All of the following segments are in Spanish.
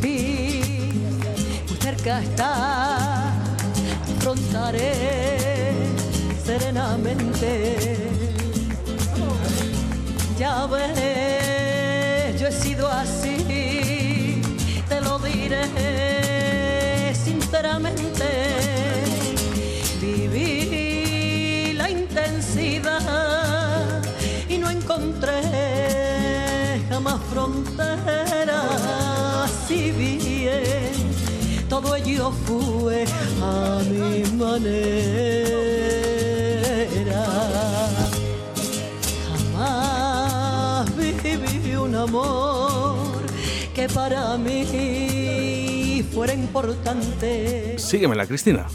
Sí, muy cerca está, afrontaré serenamente. Ya ves, yo he sido así, te lo diré sinceramente. Viví la intensidad y no encontré jamás frontera. Si bien todo ello fue a mi manera. Jamás viví un amor que para mí fuera importante. Síguemela, Cristina.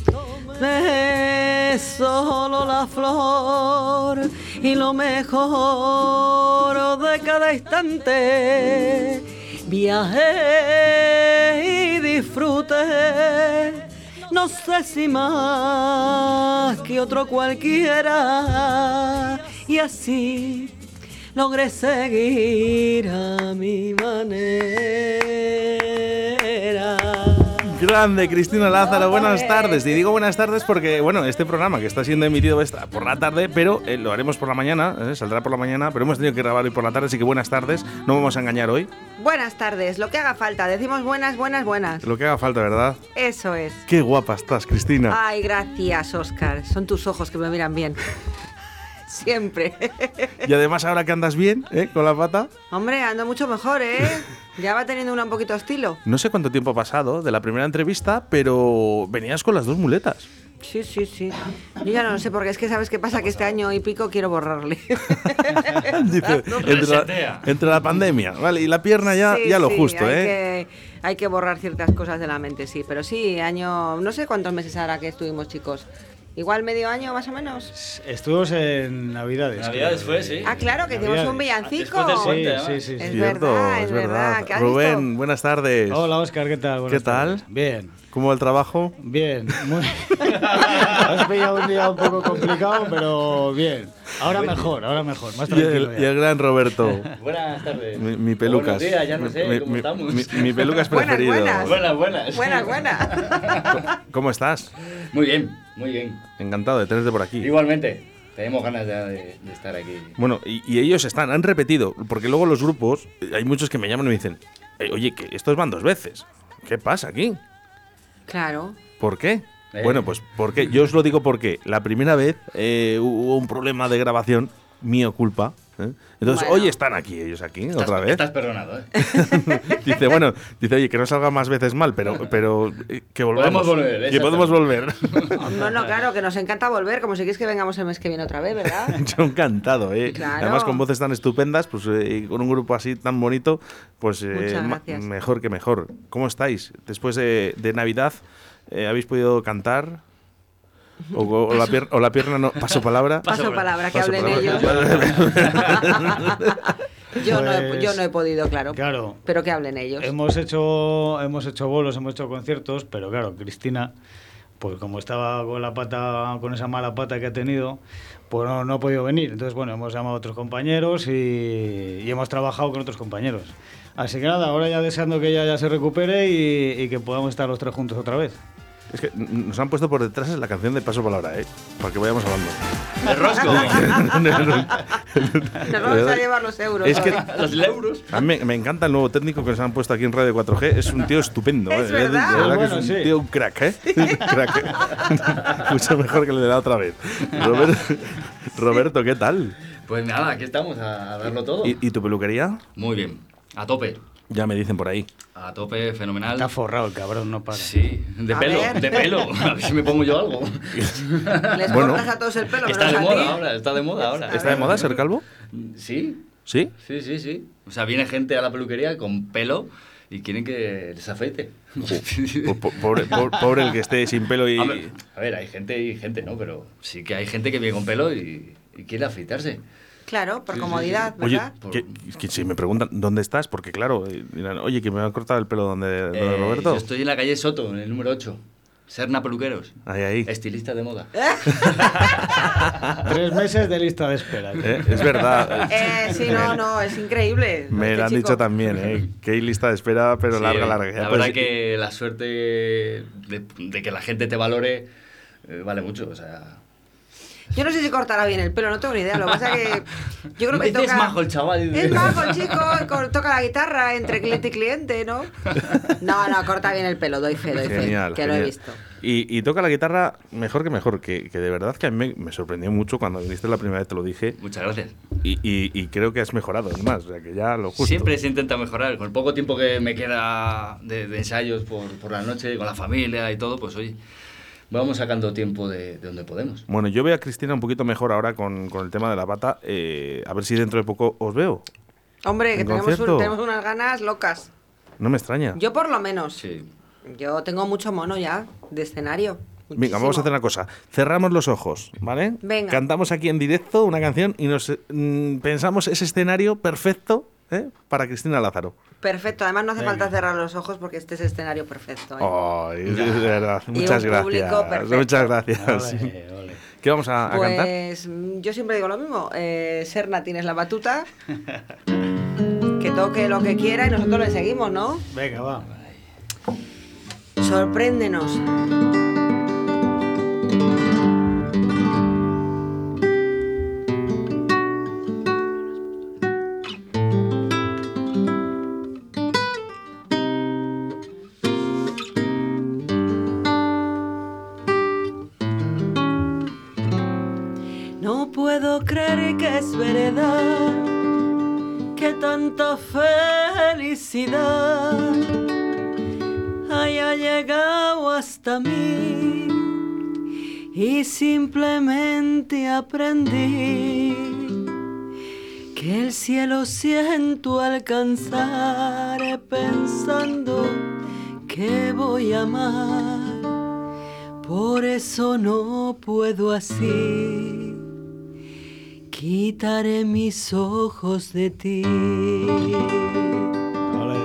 No es solo la flor y lo mejor de cada instante. Viaje y disfrute. No sé si más que otro cualquiera. Y así logré seguir a mi manera. Grande, Cristina Lázaro, buenas tardes. Y digo buenas tardes porque, bueno, este programa que está siendo emitido esta- por la tarde, pero eh, lo haremos por la mañana, eh, saldrá por la mañana, pero hemos tenido que grabar hoy por la tarde, así que buenas tardes, no vamos a engañar hoy, Buenas tardes, lo que haga falta. Decimos buenas, buenas, buenas. lo que haga falta, ¿verdad? Eso es. Qué guapa estás, Cristina. Ay, gracias, Oscar. Son tus ojos que me miran bien. Siempre. Ah. Y además ahora que andas bien, ¿eh? Con la pata. Hombre, ando mucho mejor, ¿eh? Ya va teniendo una un poquito estilo. No sé cuánto tiempo ha pasado de la primera entrevista, pero venías con las dos muletas. Sí, sí, sí. Yo ya no lo sé, porque es que sabes qué pasa, que este año y pico quiero borrarle. Dice, entre, la, entre la pandemia, ¿vale? Y la pierna ya, Sí, ya lo sí, justo, hay ¿eh? Que, hay que borrar ciertas cosas de la mente, sí. Pero sí, año. No sé cuántos meses hará que estuvimos, chicos. Igual medio año más o menos. Estuvimos en Navidades. Navidades fue, sí. Ah, claro, que hicimos un Navidades. villancico. Después del puente, Sí, además. sí, sí. sí. Es verdad, es verdad. ¿Qué has Rubén, visto? buenas tardes. Hola, Oscar, ¿qué tal? Buenas ¿Qué tal? tardes. Bien, ¿Cómo va el trabajo? bien. Muy... Has pillado un día un poco complicado, pero bien. Ahora mejor, ahora mejor. Más Y tranquilo el, y ya. el gran Roberto. Buenas tardes. Mi, mi pelucas. Buenos días, ya no sé Mi- cómo mi- estamos. mi- mi pelucas Buenas, preferido. buenas. Buenas, buenas. Buena, buena. ¿Cómo estás? Muy bien, muy bien. Encantado de tenerte por aquí. Igualmente, tenemos ganas ya de, de estar aquí. Bueno, y, y ellos están, han repetido, porque luego los grupos, eh, hay muchos que me llaman y me dicen, "Eh, oye, que estos van dos veces. ¿Qué pasa aquí? claro. ¿Por qué? Eh. Bueno, pues porque yo os lo digo porque la primera vez eh, hubo un problema de grabación, mío culpa. ¿eh? Entonces, Bueno. hoy están aquí ellos aquí, otra Estás- vez. Estás perdonado, ¿eh? dice, bueno, dice, oye, que no salga más veces mal, pero, pero eh, que volvamos. Podemos volver, eh, que podemos exactamente. volver. No, no, claro, que nos encanta volver, como si quieres que vengamos el mes que viene otra vez, ¿verdad? Yo encantado, ¿eh? Claro. Además, con voces tan estupendas, pues eh, y con un grupo así tan bonito, pues eh, Muchas ma- gracias. mejor que mejor. ¿Cómo estáis? Después de, de Navidad, eh, ¿habéis podido cantar? O, o- o la pier- o la pierna no. Paso palabra. Paso, palabra, que Paso hablen palabra. ellos. yo, no he, Pues- yo no he podido, claro. Claro. Pero que hablen ellos. Hemos hecho, hemos hecho bolos, hemos hecho conciertos, pero claro, Cristina, pues como estaba con la pata, con esa mala pata que ha tenido, pues no, no ha podido venir. Entonces, bueno, hemos llamado a otros compañeros y, y hemos trabajado con otros compañeros. Así que nada, ahora ya deseando que ella ya se recupere y, y que podamos estar los tres juntos otra vez. Es que n- nos han puesto por detrás la canción de Paso Palabra, ¿eh? Para que vayamos El rosco, hablando. Nos vamos a llevar los euros. Es que- ahora. los euros. A mí me, me encanta el nuevo técnico que nos han puesto aquí en Radio 4G. Es un tío estupendo. Es ¿eh? verdad. De verdad que es Bueno, un sí. tío un crack, ¿eh? Un crack. Mucho mejor que le de la otra vez. Robert- Roberto, ¿qué tal? Pues nada, aquí estamos a, a darlo todo. ¿Y, y tu peluquería? Muy bien, a tope. Ya me dicen por ahí. A tope, fenomenal. Está forrado el cabrón, no para. Sí, de A pelo, ver. de pelo. A ver si me pongo yo algo. Les Bueno. cortas a todos el pelo, Está de menos a ti. moda ahora, está de moda ahora. ¿Está de moda ser calvo? Sí, ¿Sí? sí, sí, sí. O sea, viene gente a la peluquería con pelo y quieren que les afeite. Po- po- Pobre, po- pobre el que esté sin pelo y... A ver, a ver, hay gente y gente, ¿no? Pero sí que hay gente que viene con pelo y, y quiere afeitarse. Claro, por Sí, sí, sí. comodidad, Oye, ¿verdad? que- que si me preguntan dónde estás, porque claro, eh, dirán, oye, que me han cortado el pelo donde, donde Eh, Roberto. Yo estoy en la calle Soto, en el número 8. Serna Peluqueros. Ahí, ahí. Estilista de moda. Eh, Ah, Tres meses de lista de espera. Eh, es verdad. Eh, sí, no, no, es increíble. Me este lo han chico. dicho también, ¿eh? Que hay lista de espera, pero Sí, larga, eh, larga. La Pues, verdad que la suerte de, de que la gente te valore eh, vale mucho. O sea, Yo no sé si cortará bien el pelo, no tengo ni idea. Lo que pasa que yo creo que Este Es toca... majo el chaval. Es majo el chico, co- toca la guitarra entre cliente y cliente, ¿no? No, no, corta bien el pelo, doy fe, doy Genial. fe, que lo he genial. visto. Y, y toca la guitarra mejor que mejor, que, que de verdad que a mí me, me sorprendió mucho cuando viniste la primera vez, te lo dije, Muchas gracias. y, y- y creo que has mejorado, es más, o sea, que ya lo justo. Siempre se intenta mejorar. Con el poco tiempo que me queda de, de ensayos por, por la noche, con la familia y todo, pues oye, vamos sacando tiempo de, de donde podemos. Bueno, yo veo a Cristina un poquito mejor ahora con, con el tema de la bata, eh, a ver si dentro de poco os veo. Hombre, que ¿En tenemos, un- concierto? tenemos unas ganas locas. No me extraña. Yo por lo menos. Sí. Yo tengo mucho mono ya de escenario. Venga, vamos a hacer una cosa. Cerramos los ojos, ¿vale? Venga. Cantamos aquí en directo una canción y nos eh, mm, pensamos ese escenario perfecto ¿eh? para Cristina Lázaro. Perfecto, además no hace Venga. falta cerrar los ojos porque este es escenario perfecto. Oh, ¿eh? Ay, de verdad. Muchas un público gracias. perfecto. Muchas gracias. Ole, ole. ¿Qué vamos a, a cantar? Pues mm, yo siempre digo lo mismo. Eh, Serna, tienes la batuta. que toque lo que quiera y nosotros le seguimos, ¿no? Venga, va. Sorpréndenos. No puedo creer que es verdad que tanta felicidad haya llegado hasta mí y simplemente aprendí que el cielo siento alcanzar pensando que voy a amar. Por eso no puedo así. Quitaré mis ojos de ti. Ole.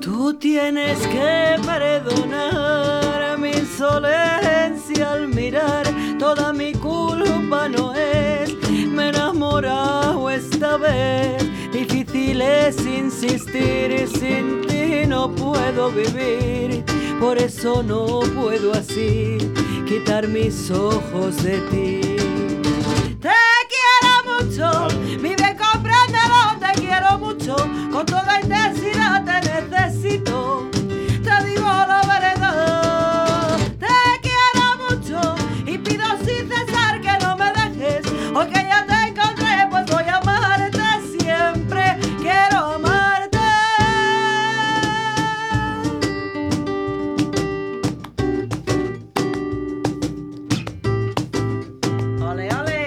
Tú tienes que perdonar mi insolencia al mirar. Toda mi culpa no es. Me he enamorado esta vez. Difícil es insistir y sin ti no puedo vivir. Por eso no puedo así quitar mis ojos de ti. Te quiero mucho, mi bien compréndelo, te quiero mucho, con toda intensidad te necesito, te digo la verdad. Te quiero mucho y pido sin cesar que no me dejes, hoy que ya te encontré pues voy a amarte siempre, quiero amarte. ¡Ole, ole!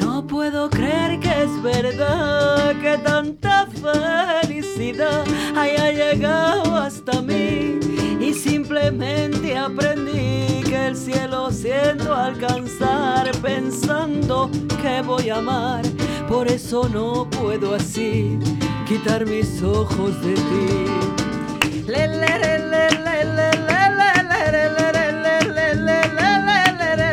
No puedo creer que es verdad que tanta felicidad haya llegado hasta mí y simplemente aprendí que el cielo siento alcanzar pensando que voy a amar, por eso no puedo así quitar mis ojos de ti. Le, le, le, le, le, le, le, le, le, le, le, le, le, le, le,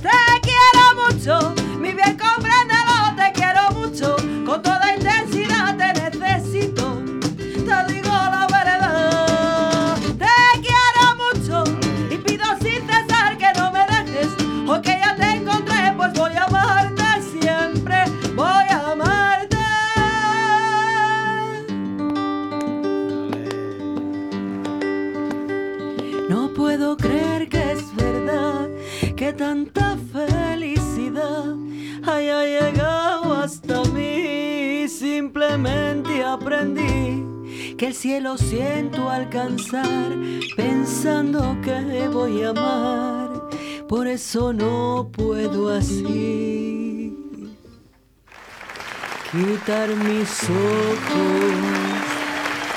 Te quiero mucho, mi bien compréndelo, te quiero mucho, con toda intensidad te necesito, te digo la verdad. Te quiero mucho y pido sin cesar que no me dejes, hoy que ya te encontré, pues voy a amarte siempre, voy a amarte. No puedo creer que es verdad que tanta felicidad haya llegado hasta mí. Simplemente aprendí que el cielo siento alcanzar pensando que voy a amar. Por eso no puedo así quitar mis ojos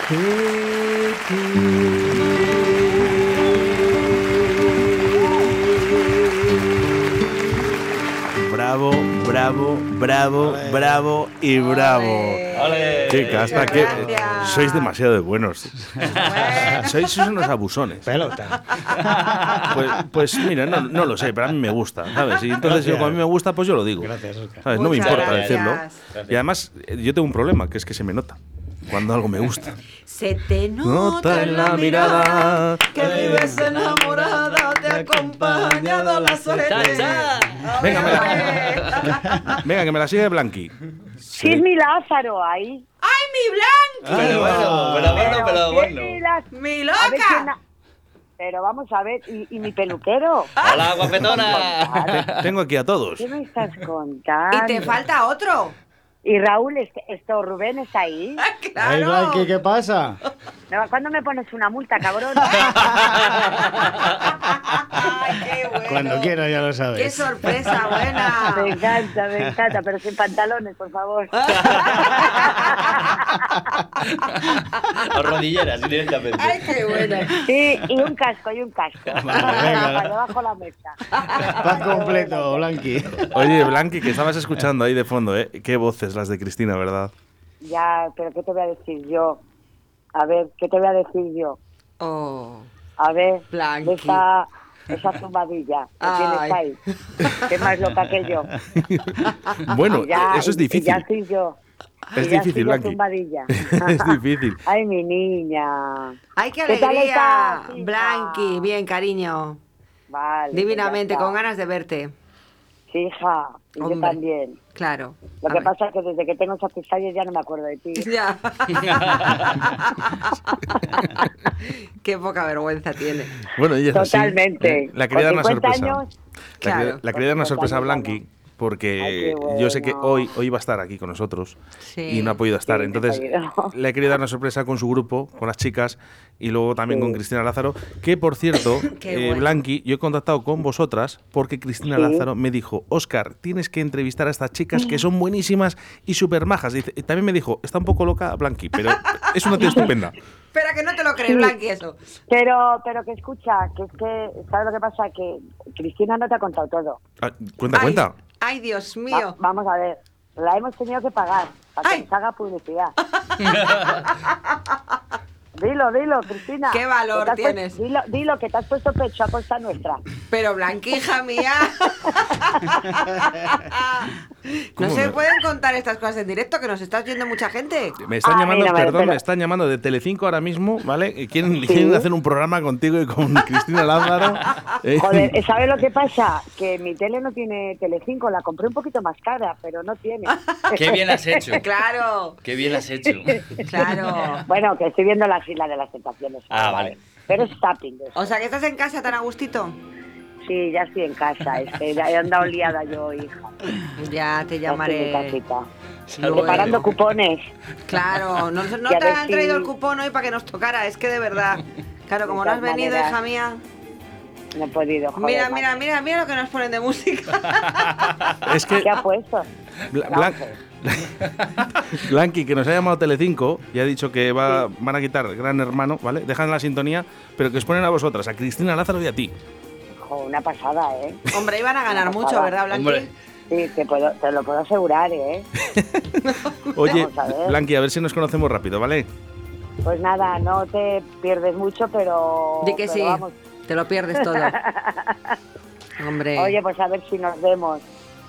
de Bravo, bravo, bravo, bravo y bravo. ¡Ole! Chicas, hasta que Muchas gracias. Eh. sois demasiado de buenos. Bueno. sois unos abusones. Pelota. Pues, pues mira, no, no lo sé, pero a mí me gusta, ¿sabes? Y entonces, yo, Gracias. como a mí me gusta, pues yo lo digo. Gracias, Óscar. ¿Sabes? No me Muchas importa gracias. decirlo. Gracias. Y además, eh, yo tengo un problema, que es que se me nota cuando algo me gusta. Se te Nota nota en la mirada. que vives enamorada, te ha acompañado la soledad. Venga, Venga, que me la sigue Blanqui. Sí, es mi Lázaro ahí. ¡Ay, mi Pero bueno, pero bueno, pero sí es bueno. mi Lázaro. Blanqui! ¡Mi A ver quién loca! ha- Pero vamos a ver, ¿y, y mi peluquero? ¡Hola, guapetona! Te- Tengo aquí a todos. ¿Qué me estás contando? Y te falta otro. ¿Y Raúl, est- esto, Rubén está ahí? Ah, Ahí va, ¡Claro! ¿qué, ¿qué pasa? No, ¿Cuándo me pones una multa, cabrón? Ay, qué bueno. Cuando quiera, ya lo sabes. ¡Qué sorpresa me buena! encanta, me encanta, pero sin pantalones, por favor. O rodilleras, directamente. ¡Ay, qué bueno! Sí, y un casco, y un casco. venga. Para debajo la mesa. Paz completo, Blanqui. Oye, Blanqui, que estabas escuchando ahí de fondo, ¿eh? Qué voces las de Cristina, ¿verdad? Ya, pero ¿qué te voy a decir yo? A ver, ¿qué te voy a decir yo? Oh. A ver, Blanqui. esa, esa zumbadilla que Ay. tienes ahí, que es más loca que yo. Bueno, eh, Y Ah, ya- eso es y- y difícil. Ya soy yo. Y Es ya soy difícil, yo Blanqui. zumbadilla. Es difícil. Ay, mi niña. ¡Ay, qué ¿Qué tal alegría! estás, hija? Blanqui, bien, cariño. Vale. pues ya Divinamente, está. con ganas de verte. Sí, hija, y yo Hombre. también. Claro. Lo A que ver. pasa es que desde que tengo esas años ya no me acuerdo de ti. Ya. Qué poca vergüenza tiene. Bueno, ella es así. ¿eh? Totalmente. La quería dar Con una 50 sorpresa. años, La claro. quería- La quería dar una Con sorpresa a 50 Blanqui. años. Porque Ay, qué yo sé que bueno. hoy, hoy va a estar aquí con nosotros Sí. y no ha podido estar. Sí, no ha Entonces, podido. le he querido dar una sorpresa con su grupo, con las chicas y luego también con Cristina Lázaro. Que por cierto, Qué eh, bueno. Blanqui, yo he contactado con vosotras porque Cristina Sí. Lázaro me dijo: Oscar, tienes que entrevistar a estas chicas que son buenísimas y súper majas. Dice- y También me dijo: Está un poco loca Blanqui, pero es una tía estupenda. Espera, que no te lo crees, Sí. Blanqui, eso. Pero, pero que escucha, que es que, ¿sabes lo que pasa? Que Cristina no te ha contado todo. Ah, cuenta, cuenta. Ay, Dios Va- mío. vamos a ver, la hemos tenido que pagar para que Ay. nos haga publicidad. dilo, dilo, Cristina. Qué valor Que te has puesto- tienes. dilo, dilo, que te has puesto pecho a costa nuestra. Pero Blanquija mía. no ¿Cómo se me- pueden contar estas cosas en directo, que nos está oyendo mucha gente. Me están Ah, llamando, mira, vale, perdón, pero- me están llamando de Telecinco ahora mismo, ¿vale? Eh, Quieren, quieren hacer un programa contigo y con Cristina Lázaro. Eh, Joder, ¿sabes lo que pasa? Que mi tele no tiene Telecinco, la compré un poquito más cara, pero no tiene. ¡Qué bien has hecho! Claro, ¡Qué bien has hecho! claro. bueno, que estoy viendo la fila de las tentaciones. Ah, vale. Pero es tapping. eso. O sea, que estás en casa tan a gustito. Sí, ya estoy en casa. Es que ya he andado liada yo, hija. Ya te Ya estoy en llamaré. casita. Salvo- Preparando cupones. Claro, no, no Y a te ver han si- traído el cupón hoy para que nos tocara, es que de verdad. Claro, De como no has todas venido, maneras. hija mía. No he podido, joder. Mira, macho. mira, mira, mira lo que nos ponen de música. es que ¿Qué ha puesto? Bla- Blan- Blanqui, que nos ha llamado Telecinco y ha dicho que va, van a quitar Gran Hermano, ¿vale? Dejan la sintonía, pero que os ponen a vosotras, a Cristina Lázaro y a ti. Jo, una pasada, ¿eh? Hombre, iban a ganar mucho, ¿verdad, Blanqui? Hombre, Sí, te, puedo- te lo puedo asegurar, ¿eh? Oye, Vamos a ver. Blanqui, a ver si nos conocemos rápido, ¿vale? Pues nada, no te pierdes mucho, pero... Di que pero sí, vamos. te lo pierdes todo. Hombre. Oye, pues a ver si nos vemos.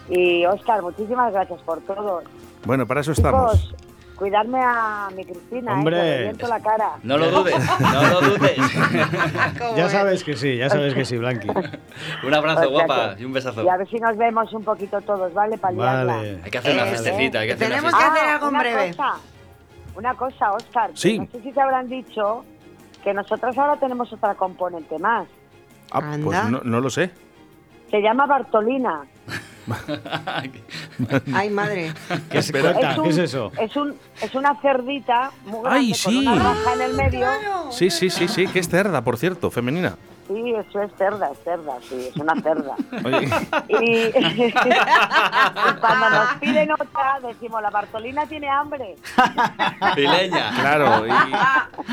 Y, Óscar, muchísimas gracias por todo. Bueno, para eso estamos. Chicos, cuidarme a mi Cristina, Hombre. ¿eh? Que le reviento la cara. no lo dudes, no lo dudes. Ah, ¿cómo Ya es? sabes que sí, ya sabes que sí, Blanqui. Un abrazo, O sea guapa, que- y un besazo. Y a ver si nos vemos un poquito todos, ¿vale? Para Ah, Vale. Hay que hacer una Eso. festecita, hay que hacer una Tenemos fiesta. que hacer algo en una breve. Cosa, una cosa, Oscar. Sí. No sé si te habrán dicho que nosotros ahora tenemos otra componente más. Ah, Anda. pues no, no lo sé. Se llama Bartolina. Ay, madre. ¿Qué es, cuenta? ¿Qué es eso? Es, un, es una cerdita muy grande ¡Ay, sí! con una raja en el medio. Sí, sí, sí, sí, que es cerda, por cierto, femenina. Sí, eso es cerda, es cerda, sí, es una cerda. Oye, Y cuando nos piden otra, decimos, la Bartolina tiene hambre. Pileña. claro. y-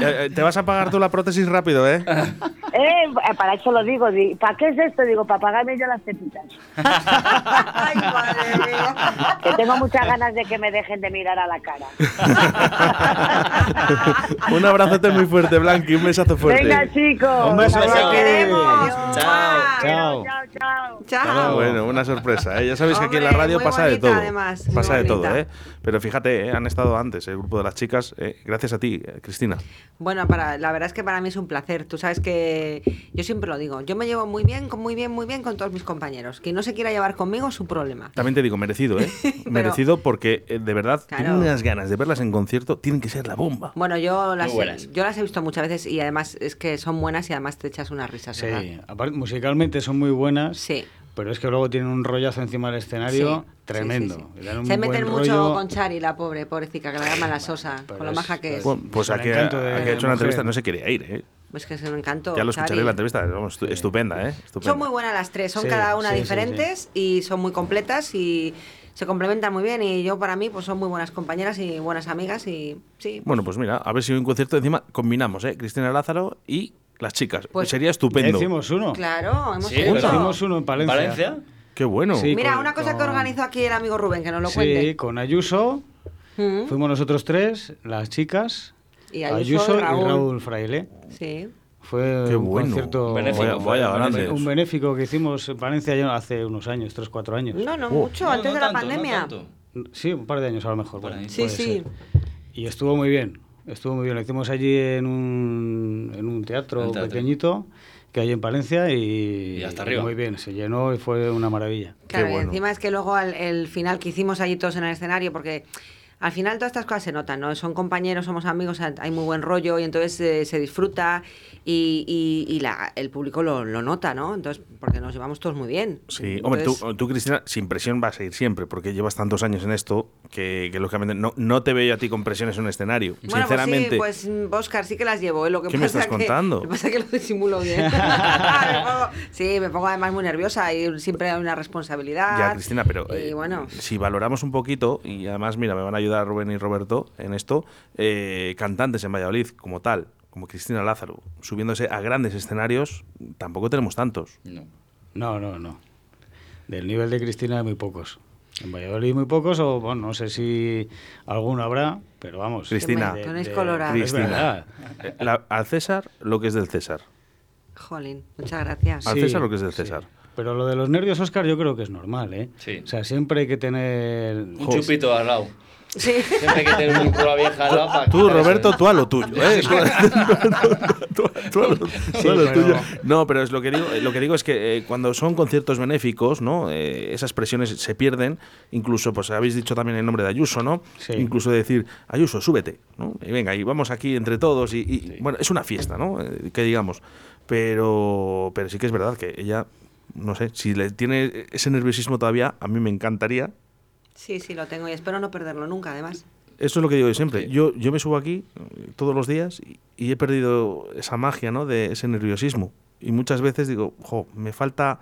eh, eh, te vas a pagar tú la prótesis rápido, ¿eh? Eh, para eso lo digo, di- ¿para qué es esto? Digo, para pagarme yo las tetitas. Ay, madre mía. Que tengo muchas ganas de que me dejen de mirar a la cara. un abrazote muy fuerte, Blanqui. Un besazo fuerte. Ah, Venga, chicos. Un beso, Hasta Blanqui. luego. queremos. Chao. Chao. Chao, chao. Ah, Chao. bueno, una sorpresa. ¿eh? Ya sabéis que aquí en la Hombre, radio muy pasa de bonita, todo. además, muy pasa de bonita. todo, ¿eh? Pero fíjate, ¿eh? han estado antes el grupo de las chicas. ¿eh? Gracias a ti, eh, Cristina. Bueno, para, la verdad es que para mí es un placer. Tú sabes que yo siempre lo digo. Yo me llevo muy bien, con- muy bien, muy bien con todos mis compañeros. Quien no se quiera llevar conmigo es su problema. También te digo, merecido, ¿eh? merecido porque, eh, de verdad, Claro. tienen unas ganas de verlas en concierto. Tienen que ser la bomba. Bueno, yo las, buenas. yo las he visto muchas veces y además es que son buenas y además te echas unas risas. Sí, ¿verdad? aparte, musicalmente son muy buenas. Sí. Pero es que luego tienen un rollazo encima del escenario Sí, tremendo. sí, sí, sí. Le dan un Se meten buen mucho rollo. con Chari, la pobre, pobrecita, que la llaman la sosa, Pero con lo es- maja que es. Bueno, pues Es el aquí, ha- encanto de aquí ha hecho una mujer. entrevista, no se quería ir, ¿eh? Es que es un encanto. Ya lo Chari. escucharé en la entrevista. Vamos, estu- estupenda, ¿eh? Estupenda. Son muy buenas las tres, son Sí, cada una sí, sí, diferentes y son muy completas y se complementan muy bien. Y yo, para mí, pues son muy buenas compañeras y buenas amigas y sí. Bueno, pues mira, a ver si un concierto encima combinamos, ¿eh? Cristina Lázaro y las chicas. Pues- Sería Ya estupendo. hicimos uno. Claro, hemos Sí, hecho. pero- Hicimos uno en Palencia. ¿Valencia? Qué bueno. Sí. Mira, con- una cosa que con- organizó aquí el amigo Rubén, que nos lo Sí, cuente. con Ayuso. Mm, Fuimos nosotros tres, las chicas, Y Ayuso, Ayuso, Raúl. y Raúl Fraile. Sí. Fue Qué un bueno. concierto Benéfico. Vaya, vaya Un grandes. un benéfico que hicimos en Valencia ya hace unos años, tres, cuatro años. No, no Oh. mucho, No, antes no de la tanto, no pandemia. tanto. Sí, un par de años a lo mejor. Por bueno, ahí. sí, puede sí. ser. Y estuvo muy bien, estuvo muy bien. Lo hicimos allí en un, en un teatro, En el teatro. pequeñito que hay en Palencia y, Y hasta arriba. muy bien, se llenó y fue una maravilla. Claro, y bueno. encima es que luego al, el final que hicimos allí todos en el escenario, porque al final todas estas cosas se notan, ¿no? Son compañeros, somos amigos, ha- hay muy buen rollo y entonces eh, se disfruta y, y- y la- el público lo, lo nota, ¿no? Entonces, porque nos llevamos todos muy bien. Sí, hombre, tú, Entonces, tú, Cristina, sin presión vas a ir siempre, porque llevas tantos años en esto que, que, lógicamente no, no te veo a ti con presiones en un escenario. Bueno, sinceramente. pues sí, pues Oscar sí que las llevo. ¿eh? Lo que ¿Qué pasa me estás que, contando? Lo que pasa es que lo disimulo bien. Me pongo- sí, me pongo además muy nerviosa y siempre hay una responsabilidad. Ya, Cristina, pero ah, Y eh, bueno, si valoramos un poquito, y además, mira, me van a ayudar Rubén y Roberto en esto, eh, cantantes en Valladolid como tal, como Cristina Lázaro, subiéndose a grandes escenarios, tampoco tenemos tantos. No. No, no, no. Del nivel de Cristina muy pocos. En Valladolid muy pocos o bueno, no sé si alguno habrá, pero vamos. Cristina. De- Ponéis de- colorada. es Cristina. verdad. Eh, la- al César lo que es del César. jolín, muchas gracias. Al César lo que es del César. Pero lo de los nervios, Oscar, yo creo que es normal, ¿eh? Sí. O sea, siempre hay que tener... Un chupito al lado. Sí. Siempre hay que tener un culo vieja al lado para Tú, quitar eso. Roberto, tú a lo tuyo, ¿eh? Tú a- tú a- tú a lo- tú a lo pero- tuyo. No, pero es lo que digo, lo que digo es que eh, cuando son conciertos benéficos, ¿no? Eh, esas presiones se pierden, incluso, pues habéis dicho también el nombre de Ayuso, ¿no? Sí. Incluso decir, Ayuso, súbete, ¿no? Y venga, y vamos aquí entre todos, y, y- bueno, es una fiesta, ¿no? Eh, que digamos. Pero, pero sí que es verdad que ella, no sé, si le tiene ese nerviosismo todavía, a mí me encantaría Sí, sí, lo tengo y espero no perderlo nunca, además. Eso es lo que digo yo siempre. Yo, yo me subo aquí eh, todos los días y, y he perdido esa magia, ¿no? De ese nerviosismo. Y muchas veces digo, jo, me falta,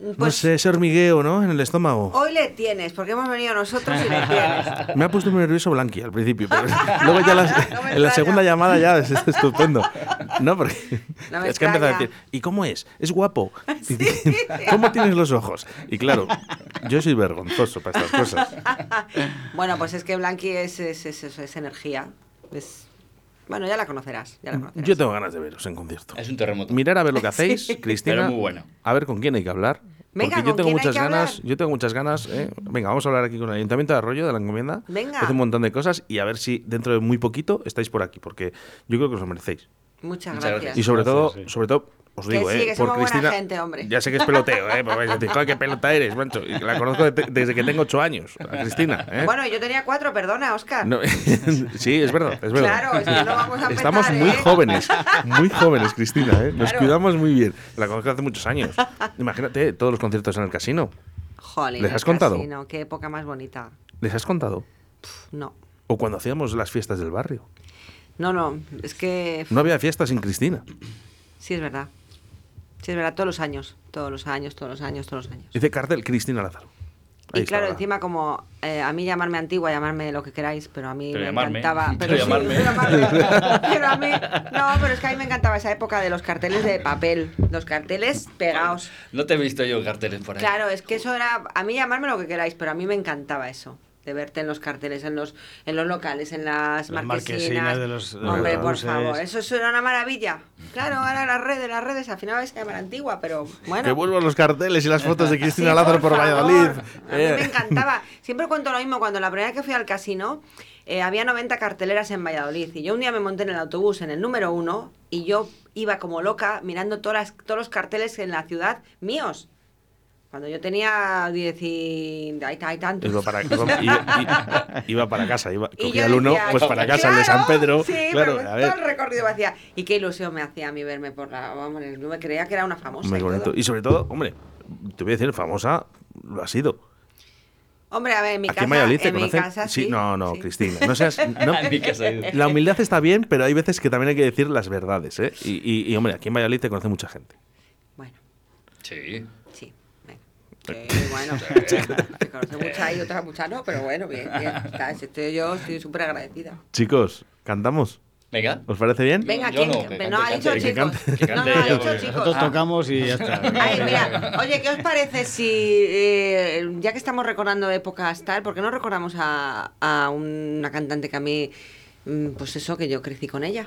no Pues Oh. sé, ese hormigueo, ¿no? En el estómago. hoy le tienes, porque hemos venido nosotros y le tienes. Me ha puesto muy nervioso Blanqui al principio, pero luego ya las- No me en la extraña. segunda llamada ya es, es estupendo. No, porque No me es que ha empezado a extraña. decir, ¿y cómo es? ¿Es guapo? ¿Cómo tienes los ojos? Y claro, yo soy vergonzoso para estas cosas. Bueno, pues es que Blanqui es, es, es- es- es energía. Es... Bueno, ya la conocerás, ya la conocerás. Yo tengo ganas de veros en concierto. Es un terremoto. mirar a ver lo que hacéis, Cristina. Pero muy bueno. A ver con quién hay que hablar. Venga, porque yo tengo ¿con quién hay muchas que ganas, hablar? yo tengo muchas ganas. ¿eh? Venga, vamos a hablar aquí con el Ayuntamiento de Arroyo de la Encomienda. Venga. Hace un montón de cosas y a ver si dentro de muy poquito estáis por aquí, porque yo creo que os lo merecéis. Muchas, Muchas gracias. Y sobre Gracias, todo, sí. sobre todo os Que digo, sí, eh, que por somos buena Cristina, gente, hombre. ya sé que es peloteo, eh, pero vais a decir, "Joder, qué pelota eres, mancho. Y la conozco de- desde que tengo ocho años, a Cristina, ¿eh? Bueno, yo tenía cuatro, perdona, Oscar. No, sí, es verdad, es verdad. Claro, es que no vamos a empezar, Estamos muy ¿eh? jóvenes, muy jóvenes, Cristina. ¿eh? Nos Claro. cuidamos muy bien. La conozco hace muchos años. Imagínate todos los conciertos en el casino. Jolín, ¿les has el contado? casino, qué época más bonita. ¿Les has contado? Pf, No, O cuando hacíamos las fiestas del barrio. no, no, es que No había fiestas sin Cristina. sí es verdad. Sí, es verdad, todos los años, todos los años, todos los años, todos los años. Dice cartel Cristina Lázaro. Ahí Y está, claro, ahora. encima como eh, a mí llamarme antigua, llamarme lo que queráis, pero a mí Pero me llamarme, encantaba. pero sí, llamarme. pero llamarme. Pero a mí, no, pero es que a mí me encantaba esa época de los carteles de papel, los carteles pegados. No te he visto yo carteles por ahí. Claro, es que eso era, a mí llamarme lo que queráis, pero a mí me encantaba eso. De verte en los carteles, en los, en los locales, en las, Las marquesinas. marquesinas de los- de los Hombre, por buses. favor, eso, eso era una maravilla. Claro, ahora las redes, las redes, al final se llaman antigua, pero bueno. Que vuelvan los carteles y las fotos de Cristina Sí, Lázaro por, por favor. Valladolid. A mí Eh. me encantaba. Siempre cuento lo mismo. Cuando la primera vez que fui al casino, eh, había 90 carteleras en Valladolid. Y yo un día me monté en el autobús en el número uno y yo iba como loca mirando todas las- todos los carteles en la ciudad míos. Cuando yo tenía 10 y... Hay, hay tantos. Iba para, iba- iba- iba para casa, iba, Y cogía yo el uno, decía, pues para casa, el de "Claro, San Pedro. Sí, claro, pero a todo ver. el recorrido me hacía. Y qué ilusión me hacía a mí verme por la... Vamos, yo me creía que era una famosa. Muy y todo. bonito. Y sobre todo, hombre, te voy a decir, famosa lo ha sido. Hombre, a ver, en mi Aquí casa... en Valladolid te en mi conocen. casa, sí, sí. no, no, sí. Cristina. No seas, no- A mí que has oído. la humildad está bien, pero hay veces que también hay que decir las verdades. ¿eh? Y, y- y, hombre, aquí en Valladolid te conoce mucha gente. Bueno. Sí. Sí, bueno. Que, bueno, se conoce mucha y otras muchas no, pero bueno, bien, bien. Está, si estoy yo estoy súper agradecida. Chicos, ¿cantamos. Venga. ¿Os parece bien? Venga, yo ¿quién? no, que No, ha cante, dicho cante, que chicos. cante, No, que cante no, ha ella, dicho porque chicos. Nosotros tocamos y ya Ay, está. mira, oye, ¿qué os parece si, eh, ya que estamos recordando épocas tal, ¿por qué no recordamos a, a una cantante que a mí, mm, pues eso, que yo crecí con ella?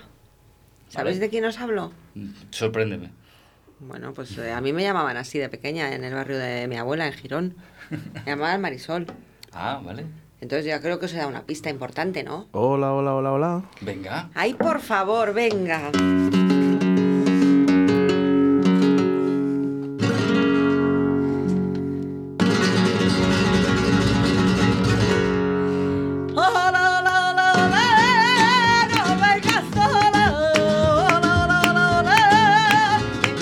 ¿Sabéis Vale. de quién os hablo? Sorpréndeme. Bueno, pues eh, a mí me llamaban así de pequeña en el barrio de mi abuela, en Girón. Me llamaban Marisol. Ah, vale. Entonces ya creo que eso da una pista importante, ¿no? Hola, hola, hola, hola. Venga. Ay, por favor, venga. Hola, hola, hola, hola, no vengas sola. Hola, hola, hola, hola,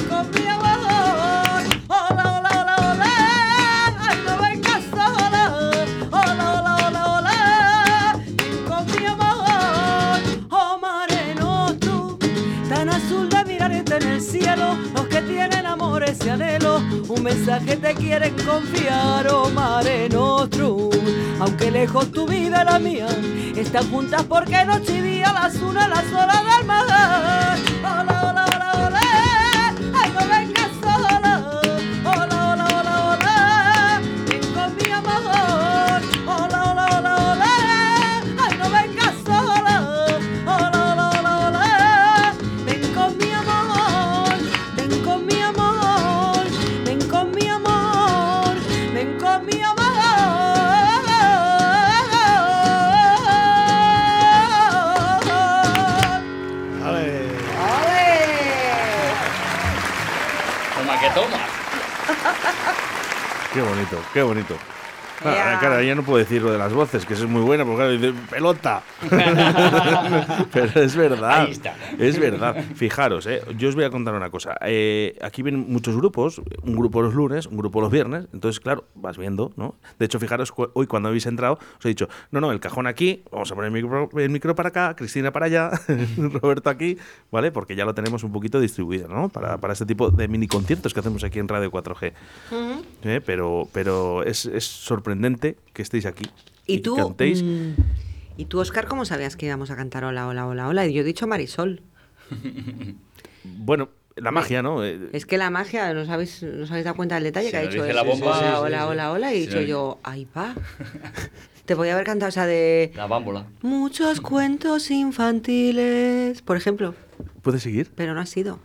con mi amor. Hola, hola, hola, hola, ay, no vengas sola. Hola, hola, hola, hola, con mi amor. Oh, mareno tú, tan azul de mirarte en el cielo, los que tienen amor ese anhelo, un mensaje te quieren confiar, oh mare nostrum. Aunque lejos tu vida y la mía, están juntas porque noche y día las una a las horas del mar. Oh, Hola, hola, hola, hola, ay no vengas sola. Hola, hola, hola, hola, ven con mi amor. Hola, hola, hola, hola, ay no vengas sola. Hola, hola, hola, hola, ven con mi amor, ven con mi amor, ven con mi amor, ven con mi amor. Toma que toma. Qué bonito, qué bonito. Ea. Ah, claro, ya no puedo decir lo de las voces, que eso es muy buena, porque claro, dice, pelota. Pero es verdad. Ahí está. Es verdad. Fijaros, eh, yo os voy a contar una cosa. Eh, aquí vienen muchos grupos, un grupo los lunes, un grupo los viernes, entonces, claro, vas viendo, ¿no? De hecho, fijaros, cu- hoy cuando habéis entrado, os he dicho, no, no, el cajón aquí, vamos a poner el micro, el micro para acá, Cristina para allá, Roberto aquí, ¿vale? Porque ya lo tenemos un poquito distribuido, ¿no? Para, para este tipo de mini conciertos que hacemos aquí en Radio 4G. Eh, Pero, pero es, es sorprendente que estéis aquí. Y tú, cantéis. mm, y tú, Oscar, ¿cómo sabías que íbamos a cantar hola, hola, hola, hola? Y Yo he dicho Marisol. Bueno, la magia, ¿no? Eh, Es que la magia, ¿no os habéis, no os habéis dado cuenta del detalle Se que ha lo dicho dice la eso? bomba, hola, sí, sí, hola, sí. hola, hola, y he Se dicho lo yo, ay, va. Te podía haber cantado esa de La bámbola. muchos cuentos infantiles, por ejemplo, ¿Puedes seguir? pero no ha sido.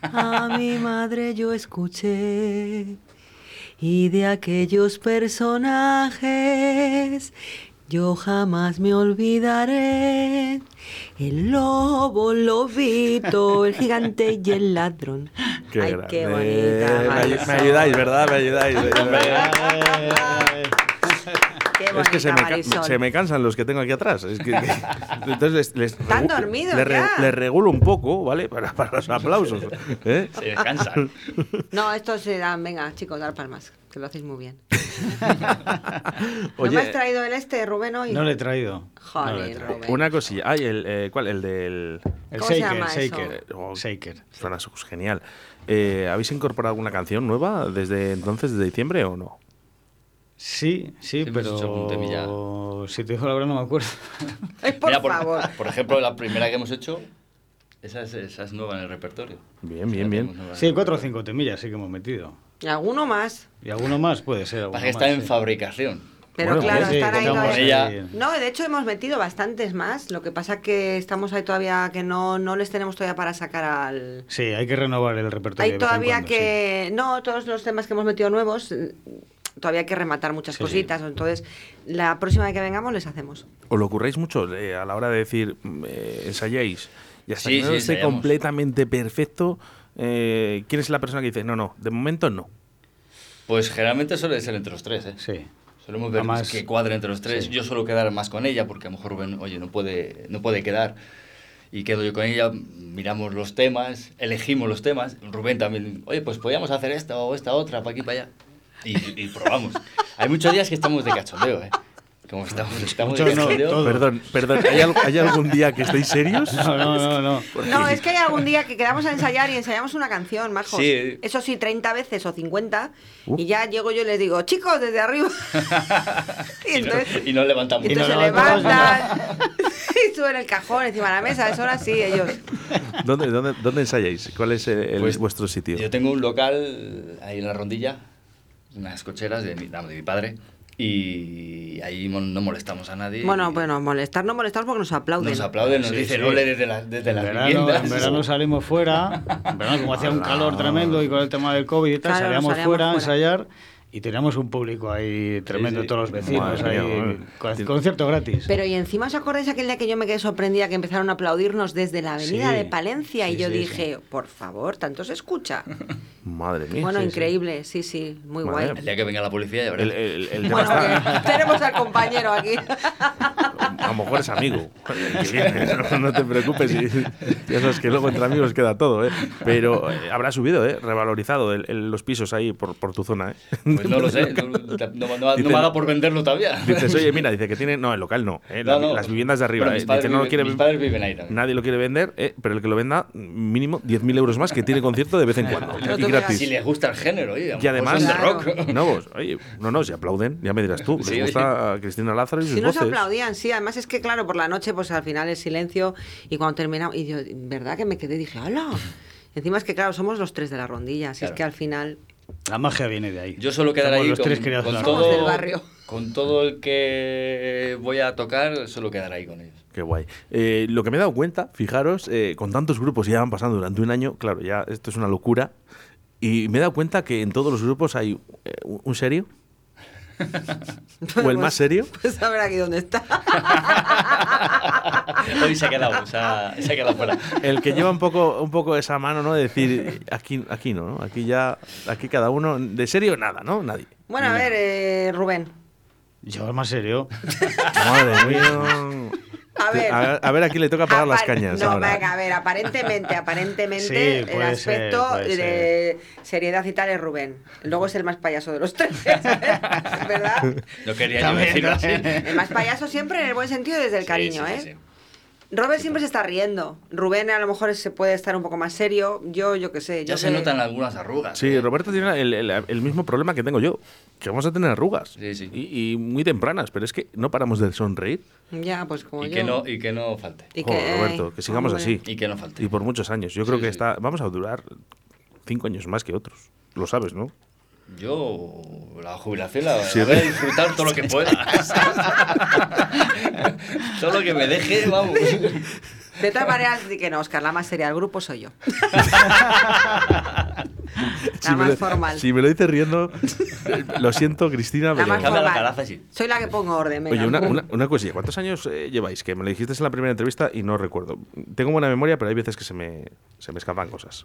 A mi madre yo escuché y de aquellos personajes yo jamás me olvidaré. El lobo, el lobito, el gigante y el ladrón. Ay, qué grande. Eh, Me bonita. ayu- Marisol. Me, ayudáis, ¿verdad? Me ayudáis. me ayudáis. Qué Es que se bonita me, ca- Marisol. se me cansan los que tengo aquí atrás. Es que- que- entonces les, les Están regu- dormidos les, re- ya. les regulo un poco, ¿vale? Para, para los aplausos. ¿eh? Se descansan. No, estos se dan, venga, chicos, dar palmas, que lo hacéis muy bien. ¿No Oye, me has traído el este, Rubén, hoy? No le he traído. Joder, No le he traído. Rubén. una cosilla. Ay, el, eh, ¿Cuál? El del. El ¿Cómo se shaker, llama eso? shaker, Oh, shaker. Zona Sus, genial. eh, ¿habéis incorporado alguna canción nueva desde entonces, desde diciembre o no? Sí, sí, Sí, hemos hecho algún temilla. pero si te dijo la verdad no me acuerdo. Ay, por Mira, favor. Por ejemplo, la primera que hemos hecho, esa es, esa es nueva en el repertorio. Bien, bien, bien. Esa tenemos nueva en Sí, el cuatro o repertorio. cinco temillas sí que hemos metido. Y alguno más. Y alguno más puede ser. Pasa alguno que está más, en sí. fabricación. Pero Bueno, claro, sí, estar ahí estamos todavía. ahí. No, de hecho hemos metido bastantes más. Lo que pasa que estamos ahí todavía que no, no les tenemos todavía para sacar al. Sí, hay que renovar el repertorio. Hay de vez en todavía cuando, que. No, todos los temas que hemos metido nuevos, eh, todavía hay que rematar muchas Sí, cositas. Entonces, la próxima vez que vengamos les hacemos. ¿Os lo ocurréis mucho eh, a la hora de decir, mm, eh, ensayáis? Y hasta Sí, que no sí, esté ensayamos. completamente perfecto, eh, ¿quién es la persona que dice, no, no, de momento no? Pues generalmente suele ser entre los tres, ¿eh? Sí. sí. Solemos ver Además- que cuadre entre los tres. sí. Yo suelo quedar más con ella porque a lo mejor Rubén, oye, no puede, no puede quedar. Y quedo yo con ella, miramos los temas, elegimos los temas. Rubén también, oye, pues podíamos hacer esta o esta otra, para aquí, para allá. Y, y probamos. Hay muchos días que estamos de cachondeo, ¿eh? Como estamos, estamos de Muchos no, cachondeo. todos. Perdón, perdón, ¿hay, al- hay algún día que estéis serios? No, no, no, no. Pues No, es que hay algún día que quedamos a ensayar y ensayamos una canción, Marcos. Sí. Eso sí, 30 veces o 50. Uh. Y ya llego yo y les digo, chicos, desde arriba. y y, no, entonces. y no levantamos. Y entonces se no levantamos levantan y suben el cajón encima de la mesa. Eso ahora sí, ellos. ¿Dónde, dónde, dónde ensayáis? ¿Cuál es el, el- Pues, vuestro sitio? Yo tengo un local ahí en la rondilla, unas cocheras de mi, de mi padre, y ahí mo- no molestamos a nadie. Bueno, bueno, molestar, no molestar porque nos aplauden. Nos aplauden, nos Sí, dicen sí. ole desde, la, desde en las verano, viviendas. Ah. en verano salimos fuera, en verano como hacía un calor tremendo y con el tema del COVID y tal, Claro, salíamos, nos salíamos fuera a fuera. ensayar y teníamos un público ahí tremendo, sí. todos los vecinos Madre ahí, mía, madre. con- concierto gratis. Pero y encima os acordáis aquel día que yo me quedé sorprendida que empezaron a aplaudirnos desde la avenida Sí, de Palencia y sí, yo sí, dije, por favor, tanto se escucha. Madre mía. Bueno, Sí, sí. increíble, sí, sí, muy Madre guay. El día que venga la policía, ya verás. El, eh, el- el tema Bueno, eh, está- que tenemos al compañero aquí. A lo mejor es amigo. el que viene, No, no te preocupes. y- ya sabes que luego entre amigos queda todo, ¿eh? Pero eh, habrá subido, ¿eh? Revalorizado el- el- los pisos ahí por, por tu zona, ¿eh? Pues no lo sé, no, no- no- no Dicen- me ha dado por venderlo todavía. Dices, oye, mira, dice que tiene. No, el local no. ¿eh? La- No, no. Las viviendas de arriba. Bueno, ¿eh? mis, padres Dice, no lo viven- quiere mis ven- padres viven ahí también. Nadie lo quiere vender, ¿eh? pero el que lo venda, mínimo 10.000 euros más, que tiene concierto de vez en cuando. Pero y tú gratis. Si les gusta el género, oye, a lo Y mejor además, son de Claro. Pues rock. no, vos, oye, no, no, si aplauden, ya me dirás tú. Les Sí, oye. gusta a Cristina Lázaro y sus Si nos voces. aplaudían, sí. Además es que, claro, por la noche, pues al final el silencio y cuando terminamos, y yo, ¿verdad que me quedé? Dije, ¡hola! Encima es que, claro, somos los tres de la rondilla, así Claro. es que al final... La magia viene de ahí. Yo suelo quedar Somos ahí los con, tres criados con de la todo, Somos del barrio. con todo el que voy a tocar, suelo quedar ahí con ellos. Qué guay. Eh, lo que me he dado cuenta, fijaros, eh, con tantos grupos que ya van pasando durante un año, claro, ya esto es una locura. Y me he dado cuenta que en todos los grupos hay eh, un un serio. ¿O el más serio? Pues a ver aquí dónde está. Hoy se ha quedado, o sea, se ha quedado fuera. El que lleva un poco, un poco esa mano, ¿no? De decir, eh, aquí, aquí no, ¿no? Aquí ya, aquí cada uno, de serio nada, ¿no? Nadie. Bueno, a ver, eh, Rubén. Yo más serio. Madre mía. A ver. A, a ver, aquí le toca pagar las Apar- cañas No, ahora. venga, a ver, aparentemente, aparentemente Sí, el puede ser, aspecto puede de seriedad y tal es Rubén. Luego es el más payaso de los tres, ¿eh? ¿verdad? No quería También, yo decirlo así. también. El más payaso siempre en el buen sentido y desde el Sí, cariño, sí, sí, ¿eh? sí. Robert siempre se está riendo. Rubén a lo mejor se puede estar un poco más serio. Yo, yo qué sé. Ya yo se que- notan algunas arrugas. Sí, ¿eh? Roberto tiene el, el- el mismo problema que tengo yo, que vamos a tener arrugas. Sí, sí. Y, y muy tempranas, pero es que no paramos de sonreír. Ya, pues como Y yo. que, no, y que no falte. Y Joder, que- Roberto, que sigamos hombre. así. Y que no falte. Y por muchos años. Yo creo Sí, que sí. está, vamos a durar cinco años más que otros. Lo sabes, ¿no? Yo la jubilación la, la voy a disfrutar todo lo que pueda. todo lo que me deje, vamos. De todas maneras, di que no, Oscar, la más seria del grupo soy yo. la más me lo, formal. Si me lo dices riendo, lo siento, Cristina, la pero... más Cambia la formal. calaza, sí. Soy la que pongo orden. venga. Oye, una, una, una cosilla. ¿Cuántos años eh, lleváis? Que me lo dijiste en la primera entrevista y no recuerdo. Tengo buena memoria, pero hay veces que se me, se me escapan cosas.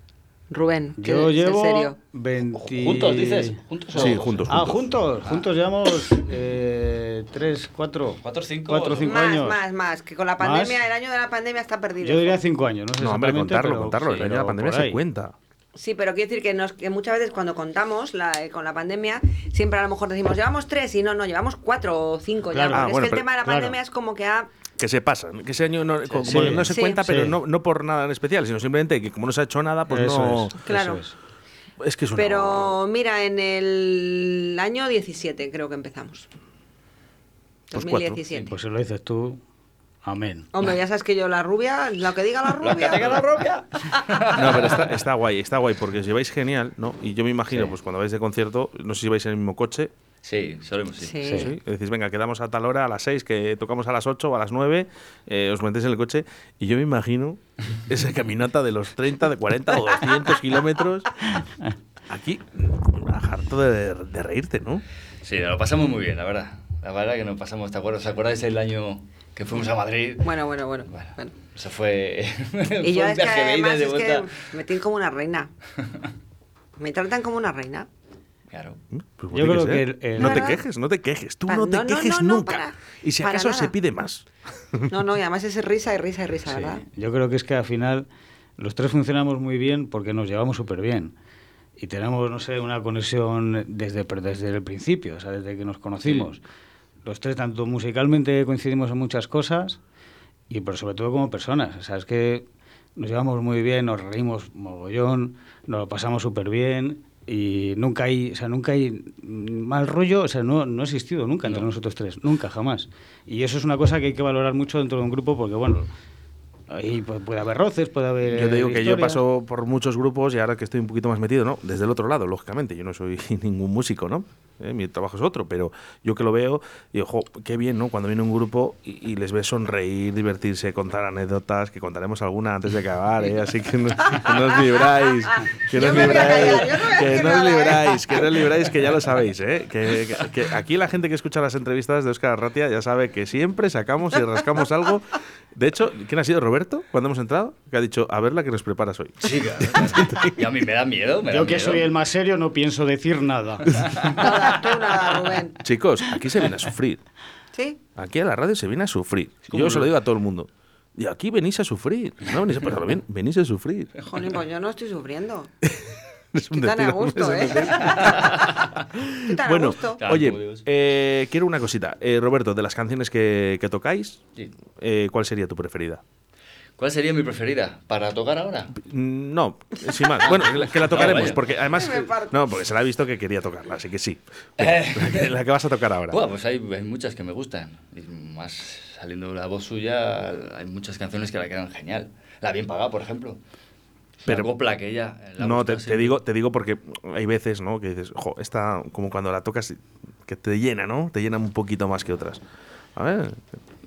Rubén, que Yo es en llevo serio. 20... ¿Juntos dices? ¿Juntos o Sí, juntos. Ah, juntos, juntos llevamos eh, tres, cuatro, Cuatro, cinco, cuatro, ¿no? cinco más, años. más, más. Que con la pandemia, Más. el año de la pandemia está perdido. Yo diría cinco años, no sé No, hombre, exactamente, contarlo, pero- contarlo. El sí, año de la pero pandemia por se ahí. cuenta. Sí, pero quiero decir que, nos, que muchas veces cuando contamos la- eh, con la pandemia, siempre a lo mejor decimos, llevamos tres y no, no, llevamos cuatro o cinco Claro. ya. Porque Ah, es bueno, que el pero- tema de la claro. pandemia es como que ha... Que se pasan. Que ese año no, como sí. que no se Sí. cuenta, pero Sí. no, no por nada en especial, sino simplemente que como no se ha hecho nada, pues Eso no... es, Claro. eso es. Es que es una Pero mira, en el año 17 creo que empezamos. Pues cuatro. 2017. Pues si lo dices tú, amén. Hombre, ya sabes que yo la rubia, lo que diga la La que tenga la rubia. rubia. No, pero está, está guay, está guay, porque os lleváis genial, ¿no? Y yo me imagino, Sí. pues cuando vais de concierto, no sé si vais en el mismo coche, Sí, solemos, sí. Sí. Sí. ¿sí? decís, venga, quedamos a tal hora, a las 6, que tocamos a las 8 o a las 9, eh, os metéis en el coche, y yo me imagino esa caminata de los 30, de 40 o 200 kilómetros, aquí, harto de, de reírte, ¿no? Sí, lo pasamos muy bien, la verdad. La verdad que nos pasamos, ¿te acuerdas? ¿Os acordáis el año que fuimos a Madrid? Bueno, bueno, bueno. Bueno, bueno. eso fue, fue Y yo un es que viaje de ida además y de es que vuelta. me tienen como una reina. Me tratan como una reina. Claro. Pues Yo tiene creo ser. que el- el- no te Para- quejes, no te quejes, tú para- no te no, no, quejes no, no, nunca. para- y si para acaso se nada. pide más. No, no, y además es risa y risa y risa, Sí, ¿verdad? Yo creo que es que al final los tres funcionamos muy bien porque nos llevamos súper bien. Y tenemos, no sé, una conexión desde, pero desde el principio, o sea, desde que nos conocimos. Los tres, tanto musicalmente coincidimos en muchas cosas, y pero sobre todo como personas. O sea, es que nos llevamos muy bien, nos reímos mogollón, nos lo pasamos súper bien. Y nunca hay, o sea, nunca hay mal rollo, o sea, no, no ha existido nunca entre No. nosotros tres, nunca, jamás. Y eso es una cosa que hay que valorar mucho dentro de un grupo porque, bueno, Ahí pu- puede haber roces, puede haber. Yo te digo que yo Eh, historia. paso por muchos grupos y ahora que estoy un poquito más metido, ¿no? Desde el otro lado, lógicamente. Yo no soy ningún músico, ¿no? Eh, Mi trabajo es otro, pero yo que lo veo, digo, jo, qué bien, ¿no? Cuando viene un grupo y, y les ves sonreír, divertirse, contar anécdotas, que contaremos alguna antes de acabar, ¿eh? Así que no, que no os libráis, que no Yo os me voy a libráis, callar, yo no voy a que decir no os nada, ¿eh? libráis, que no os libráis, que ya lo sabéis, ¿eh? Que, que- que aquí la gente que escucha las entrevistas de Oscar Arratia ya sabe que siempre sacamos y rascamos algo. De hecho, ¿quién ha sido Roberto cuando hemos entrado? Que ha dicho, a ver la que nos preparas hoy. Sí, claro. y a mí me da miedo. Me da Yo que miedo. soy el más serio no pienso decir nada. Nada, tú nada, Rubén. Chicos, aquí se viene a sufrir. ¿Sí? Aquí a la radio se viene a sufrir. como Yo se lo- lo digo a todo el mundo. Y aquí venís a sufrir. No venís a pasarlo bien, venís a sufrir. Jolín, pues yo no estoy sufriendo. Es Estoy tan a gusto, ¿eh? es un destino. Estoy tan a Bueno, gusto. Claro, como oye, digo, sí. eh, quiero una cosita. Eh, Roberto, de las canciones que, que tocáis, Sí. eh, ¿cuál sería tu preferida? ¿Cuál sería mi preferida? ¿Para tocar ahora? Mm, No, sin más. Bueno, que la- que la tocaremos, vaya. porque además. Me parto. No, porque se la ha visto que quería tocarla, así que sí. Venga, la que vas a tocar ahora. Buah, pues hay, hay muchas que me gustan. Y más saliendo la voz suya, hay muchas canciones que la quedan genial. La Bien Pagada, por ejemplo. Pero, Pero- copla que ella. eh, la No, gusta te, así. te digo, te digo porque hay veces, ¿no? Que dices, jo, esta, como cuando la tocas, que te llena, ¿no? Te llena un poquito más que otras. A ver,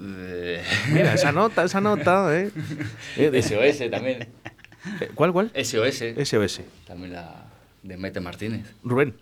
Eh, mira, esa nota, esa nota, ¿eh? Eh, de- SOS también. eh, ¿Cuál, cuál? SOS. SOS. También la de Maite Martínez. Rubén,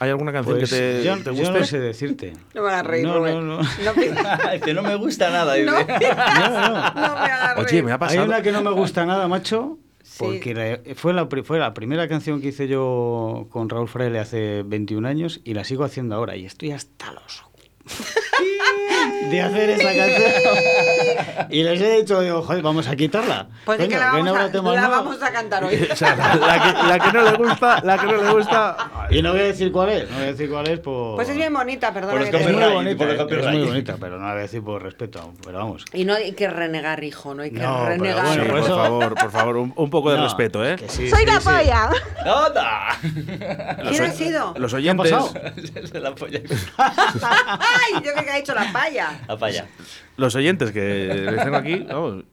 ¿hay alguna canción Pues que te, yo, te yo guste? no sé decirte. No me van a reír, No, Rubén. no, no. No pidas- Dice, no me gusta nada. No, dice. pidas- no me hagas reír. Oye, me ha Hay pasado. una que no me gusta nada, macho, Sí. porque la- fue, la, pri- fue la primera canción que hice yo con Raúl Fraile hace 21 años y la sigo haciendo ahora y estoy hasta los... de hacer esa canción. y les he dicho, digo, joder, vamos a quitarla. Pues es que Coño, la que no vamos, habrá a, temas la nuevos. vamos a cantar hoy. O sea, la que, la que no le gusta, la que no le gusta. Y no voy a decir cuál es, no voy a decir cuál es por... Pues es bien bonita, perdona. Por que los Es te muy Copyright, bonita, por el eh, es copyright. muy bonita, pero no la voy a decir por respeto, aún, pero vamos. Y no hay que renegar, hijo, no hay que No, pero renegar. bueno, pues, Sí, por por eso- favor, por favor, un, un poco de No, respeto, ¿eh? que sí, Soy sí, la sí. polla. ¡Nada! ¿Quién ha sido? Los ¿Qué ha oyentes. pasado? Se la polla. ¡Ay! Yo creo que ha hecho la paya. La paya. Los oyentes que les tengo aquí, vamos,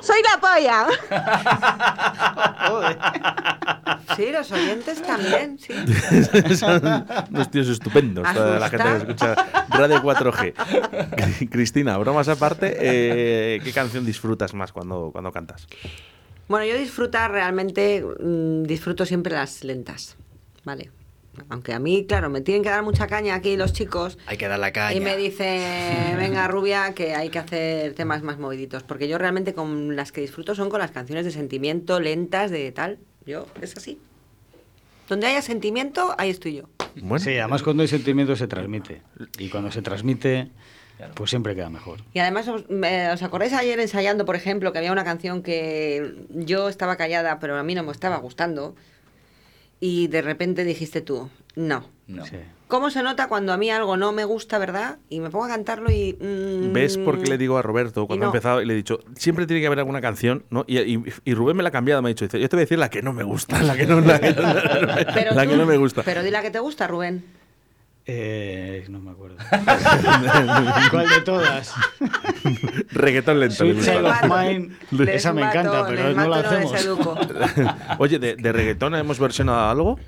Soy la polla. Sí, los oyentes también, sí. Son unos tíos estupendos, toda la gente que escucha Radio 4G. Cristina, bromas aparte, eh, ¿qué canción disfrutas más cuando, cuando cantas? Bueno, yo disfrutar realmente, mm, disfruto siempre las lentas, ¿vale? Aunque a mí, claro, me tienen que dar mucha caña aquí los chicos. Hay que dar la caña. Y me dice, venga rubia, que hay que hacer temas más moviditos. Porque yo realmente con las que disfruto son con las canciones de sentimiento, lentas, de tal. Yo, es así. Donde haya sentimiento, ahí estoy yo. Bueno, Sí, además cuando hay sentimiento se transmite. Y cuando se transmite, pues siempre queda mejor. Y además, os, me- ¿os acordáis ayer ensayando, por ejemplo, que había una canción que yo estaba callada, pero a mí no me estaba gustando? Y de repente dijiste tú, no. No. Sí. ¿Cómo se nota cuando a mí algo no me gusta, verdad? Y me pongo a cantarlo y... mm, ¿Ves por qué le digo a Roberto cuando Y ha no. empezado y le he dicho, siempre tiene que haber alguna canción, ¿no? Y, y- y Rubén me la ha cambiado, me ha dicho, dice, yo te voy a decir la que no me gusta, la que no, la que no- Pero la que tú- no me gusta. Pero di la que te gusta, Rubén. Eh, no me acuerdo. ¿Cuál de todas? Reggaetón lento. le Sweet Child gusta. of Bato, Mine. les Esa me bato, encanta, pero les no la bato, les hacemos. educo. Oye, ¿de, de reggaetón hemos versionado algo?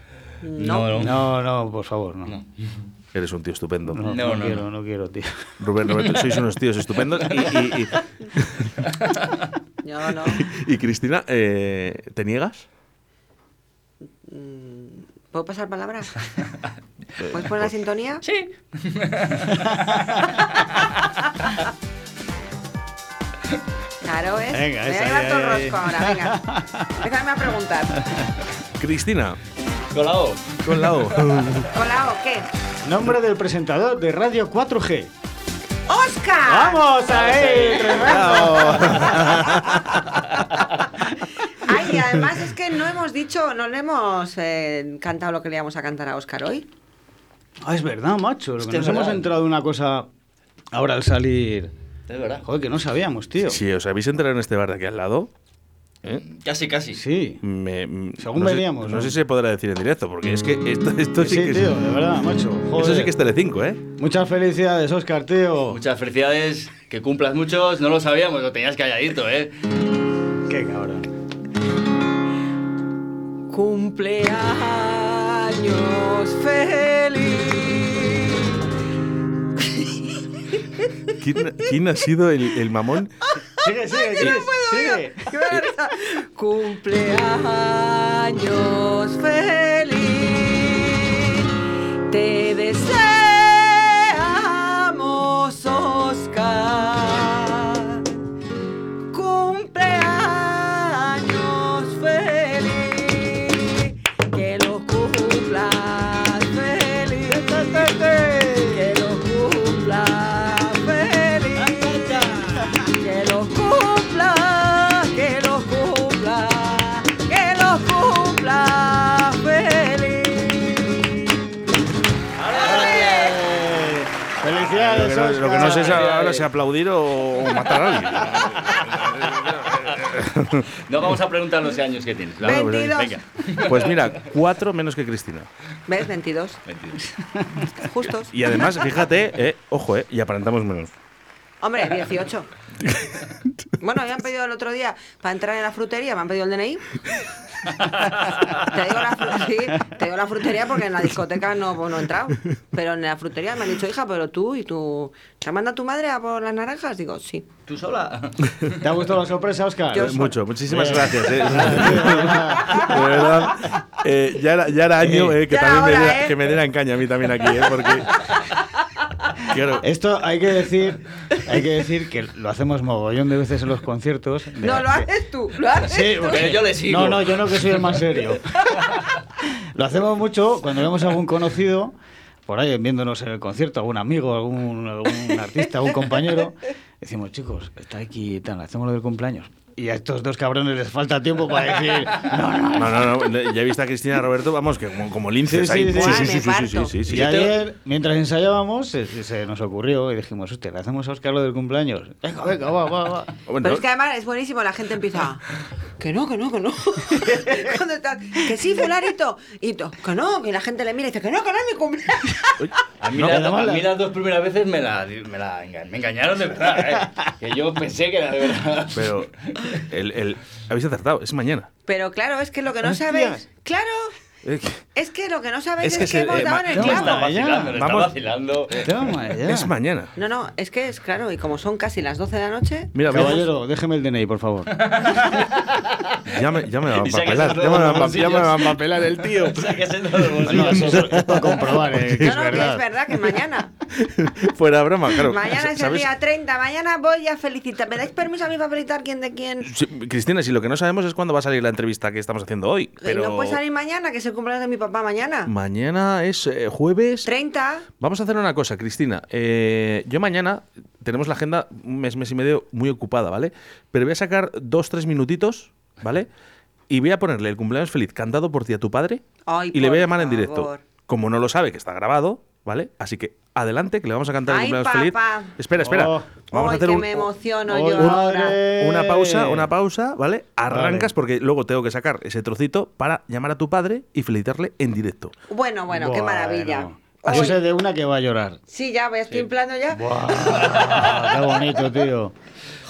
No. no. No, no, por favor, no. No. Eres un tío estupendo. No, No, no no, quiero, no. no quiero, tío. Rubén, Roberto, sois unos tíos estupendos. Y, y- Yo no. y- y Cristina, eh, ¿te niegas? Mm, ¿Puedo pasar palabras? ¿Puedes poner la sintonía? Sí. Claro, es. Venga, Me voy esa, a llevar ahí, todo el ahí, ahí. rosco ahora, venga. Déjame a preguntar. Cristina, Colao. con la O. ¿Hola o qué? Nombre del presentador de Radio 4G. ¡Oscar! ¡Vamos ahí! Ay, y además es que no hemos dicho, no le hemos eh, cantado lo que le íbamos a cantar a Oscar hoy. Ah, es verdad, macho. lo Es que que nos es hemos verdad. entrado en una cosa ahora al salir. Es verdad. Joder, que no sabíamos, tío. Si os habéis enterado en este bar de aquí al lado, ¿eh? Casi, casi. Sí. me- m- Según no sé- veníamos, No, ¿no? Mm. sé si se podrá decir en directo, porque es que esto, esto sí, Sí, que tío, es. de verdad, macho. Eso sí Joder. que es Telecinco, ¿eh? Muchas felicidades, Oscar, tío. Muchas felicidades, que cumplas muchos, no lo sabíamos, lo tenías calladito, ¿eh? Qué cabrón. Cumpleaños feliz. ¿Quién, quién ha sido el, el mamón? Sigue, sigue, que sigue. no puedo, sigue. venga, que me da risa. Cumpleaños feliz. Te deseamos, Oscar. Cumpleaños feliz. Que lo cumplas feliz. Que lo cumplas feliz. Que lo cumpla, que lo cumpla, que lo cumpla feliz. Eh, Lo que Felicidades, no, Oscar. lo que no sé es ahora si aplaudir o, o matar a alguien. No vamos a preguntar los años que tienes. Claro, pues, 22. Venga. Pues mira, cuatro menos que Cristina. ¿Ves? 22, Mentiras. justos. Y además, fíjate, eh, ojo, eh, y aparentamos menos. Hombre, 18. Bueno, me han pedido el otro día para entrar en la frutería, me han pedido el DNI. Te digo la, fru- sí, te digo la frutería porque en la discoteca no, pues no he entrado. Pero en la frutería me han dicho, hija, pero tú y tú. ¿Te manda tu madre a por las naranjas? Digo, sí. ¿Tú sola? ¿Te ha gustado la sorpresa, Oscar? Yo Eh, Mucho, muchísimas Eh. gracias. eh. De verdad. eh, ya, era, ya era año eh, que Ya también me, ahora, diera- eh. que me dieran caña a mí también aquí, eh, porque. Claro, Esto hay que decir, hay que decir que lo hacemos mogollón de veces en los conciertos. De- No, lo haces tú, lo haces pues. Sí, tú. porque- Pero yo le sigo. No, no, yo no que soy el más serio. lo hacemos mucho cuando vemos a algún conocido, por ahí viéndonos en el concierto, algún amigo, algún, algún artista, algún compañero. Decimos, chicos, está aquí, tal, hacemos lo del cumpleaños. Y a estos dos cabrones les falta tiempo para decir, no, no, No, no, no. Ya viste a Cristina Roberto, vamos, que como, como linces. Sí, ahí. sí, sí, sí, sí, sí, sí, sí, sí. y ayer, mientras ensayábamos, se, se nos ocurrió y dijimos, usted, le hacemos a Oscar lo del cumpleaños. Venga, venga, va, va, va. Bueno, Pero es que además es buenísimo, la gente empieza. Que no, que no, que no. Cuando está, que sí, fulanito. Y to- que no, que la gente le mira y dice, que no, que no es mi cumpleaños. A mí, No, la- que no a mola. mí las dos primeras veces me, la, me, la enga- me engañaron de verdad, ¿eh? Que yo pensé que era de verdad. Pero el, el- habéis acertado, es mañana. Pero claro, es que lo que no Hostias. sabéis. Claro, Eh, que- es que lo que no Es sabéis es que que, se- eh, hemos dado en el ma- Me Claro, está clavo. vacilando, me está vamos. vacilando. Toma ya. Eh, Es mañana. No, no, es que es claro, y como son casi las 12 de la noche, Mira, Caballero, déjeme el DNI, por favor. ya me, ya me van Y a saca pelar. esos Ya me dos van pa- ya bolsillos. me van a pelar el tío. Sáquese todo el bolsillo. No, eso es para comprobar, eh, que no, es no, que es verdad. verdad que mañana. Fuera broma, claro. mañana es el ¿Sabes? día 30, mañana voy a felicitar. ¿Me dais permiso a mí para felicitar quién de quién? Eh, Sí, Cristina, si lo que no sabemos es cuándo va a salir la entrevista que estamos haciendo hoy. Que Pero No puede salir mañana, que es el cumpleaños de mi papá mañana. mañana es eh, jueves. 30. Vamos a hacer una cosa, Cristina. Eh, yo mañana tenemos la agenda un mes, mes y medio muy ocupada, ¿vale? Pero voy a sacar dos, tres minutitos, ¿vale? Y voy a ponerle el cumpleaños feliz cantado por ti a tu padre Ay, y le voy a por llamar en favor. directo. Como no lo sabe, que está grabado, ¿vale? Así que adelante, que le vamos a cantar Ay, el cumpleaños papá. feliz. Espera, espera. Oh. Vamos a Ay, hacer que un- me emociono Oy, yo madre. ahora. una pausa, una pausa, ¿vale? Arrancas Eh. Vale. porque luego tengo que sacar ese trocito para llamar a tu padre y felicitarle en directo. Bueno, bueno, qué Bueno. maravilla. Yo Oy, sé de una que va a llorar. Sí, ya, voy, estoy inflando ya. Buah, qué bonito, tío.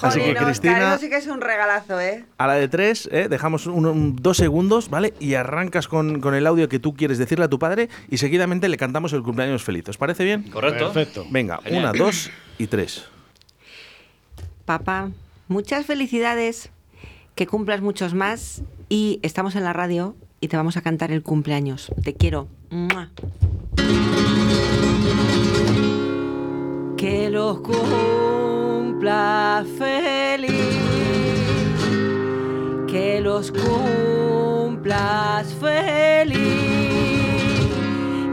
Así que Jolín, Oscar, Cristina- eso sí que es un regalazo, ¿eh? A la de tres, ¿eh? dejamos un- un- dos segundos, ¿vale? Y arrancas con, con el audio que tú quieres decirle a tu padre y seguidamente le cantamos el cumpleaños feliz. ¿Os parece bien? ¿Correcto? Perfecto. Venga, Genial. una, dos y tres. Papá, muchas felicidades, que cumplas muchos más y estamos en la radio y te vamos a cantar el cumpleaños. Te quiero. ¡Mua! Que los cumpla feliz que los cumplas feliz,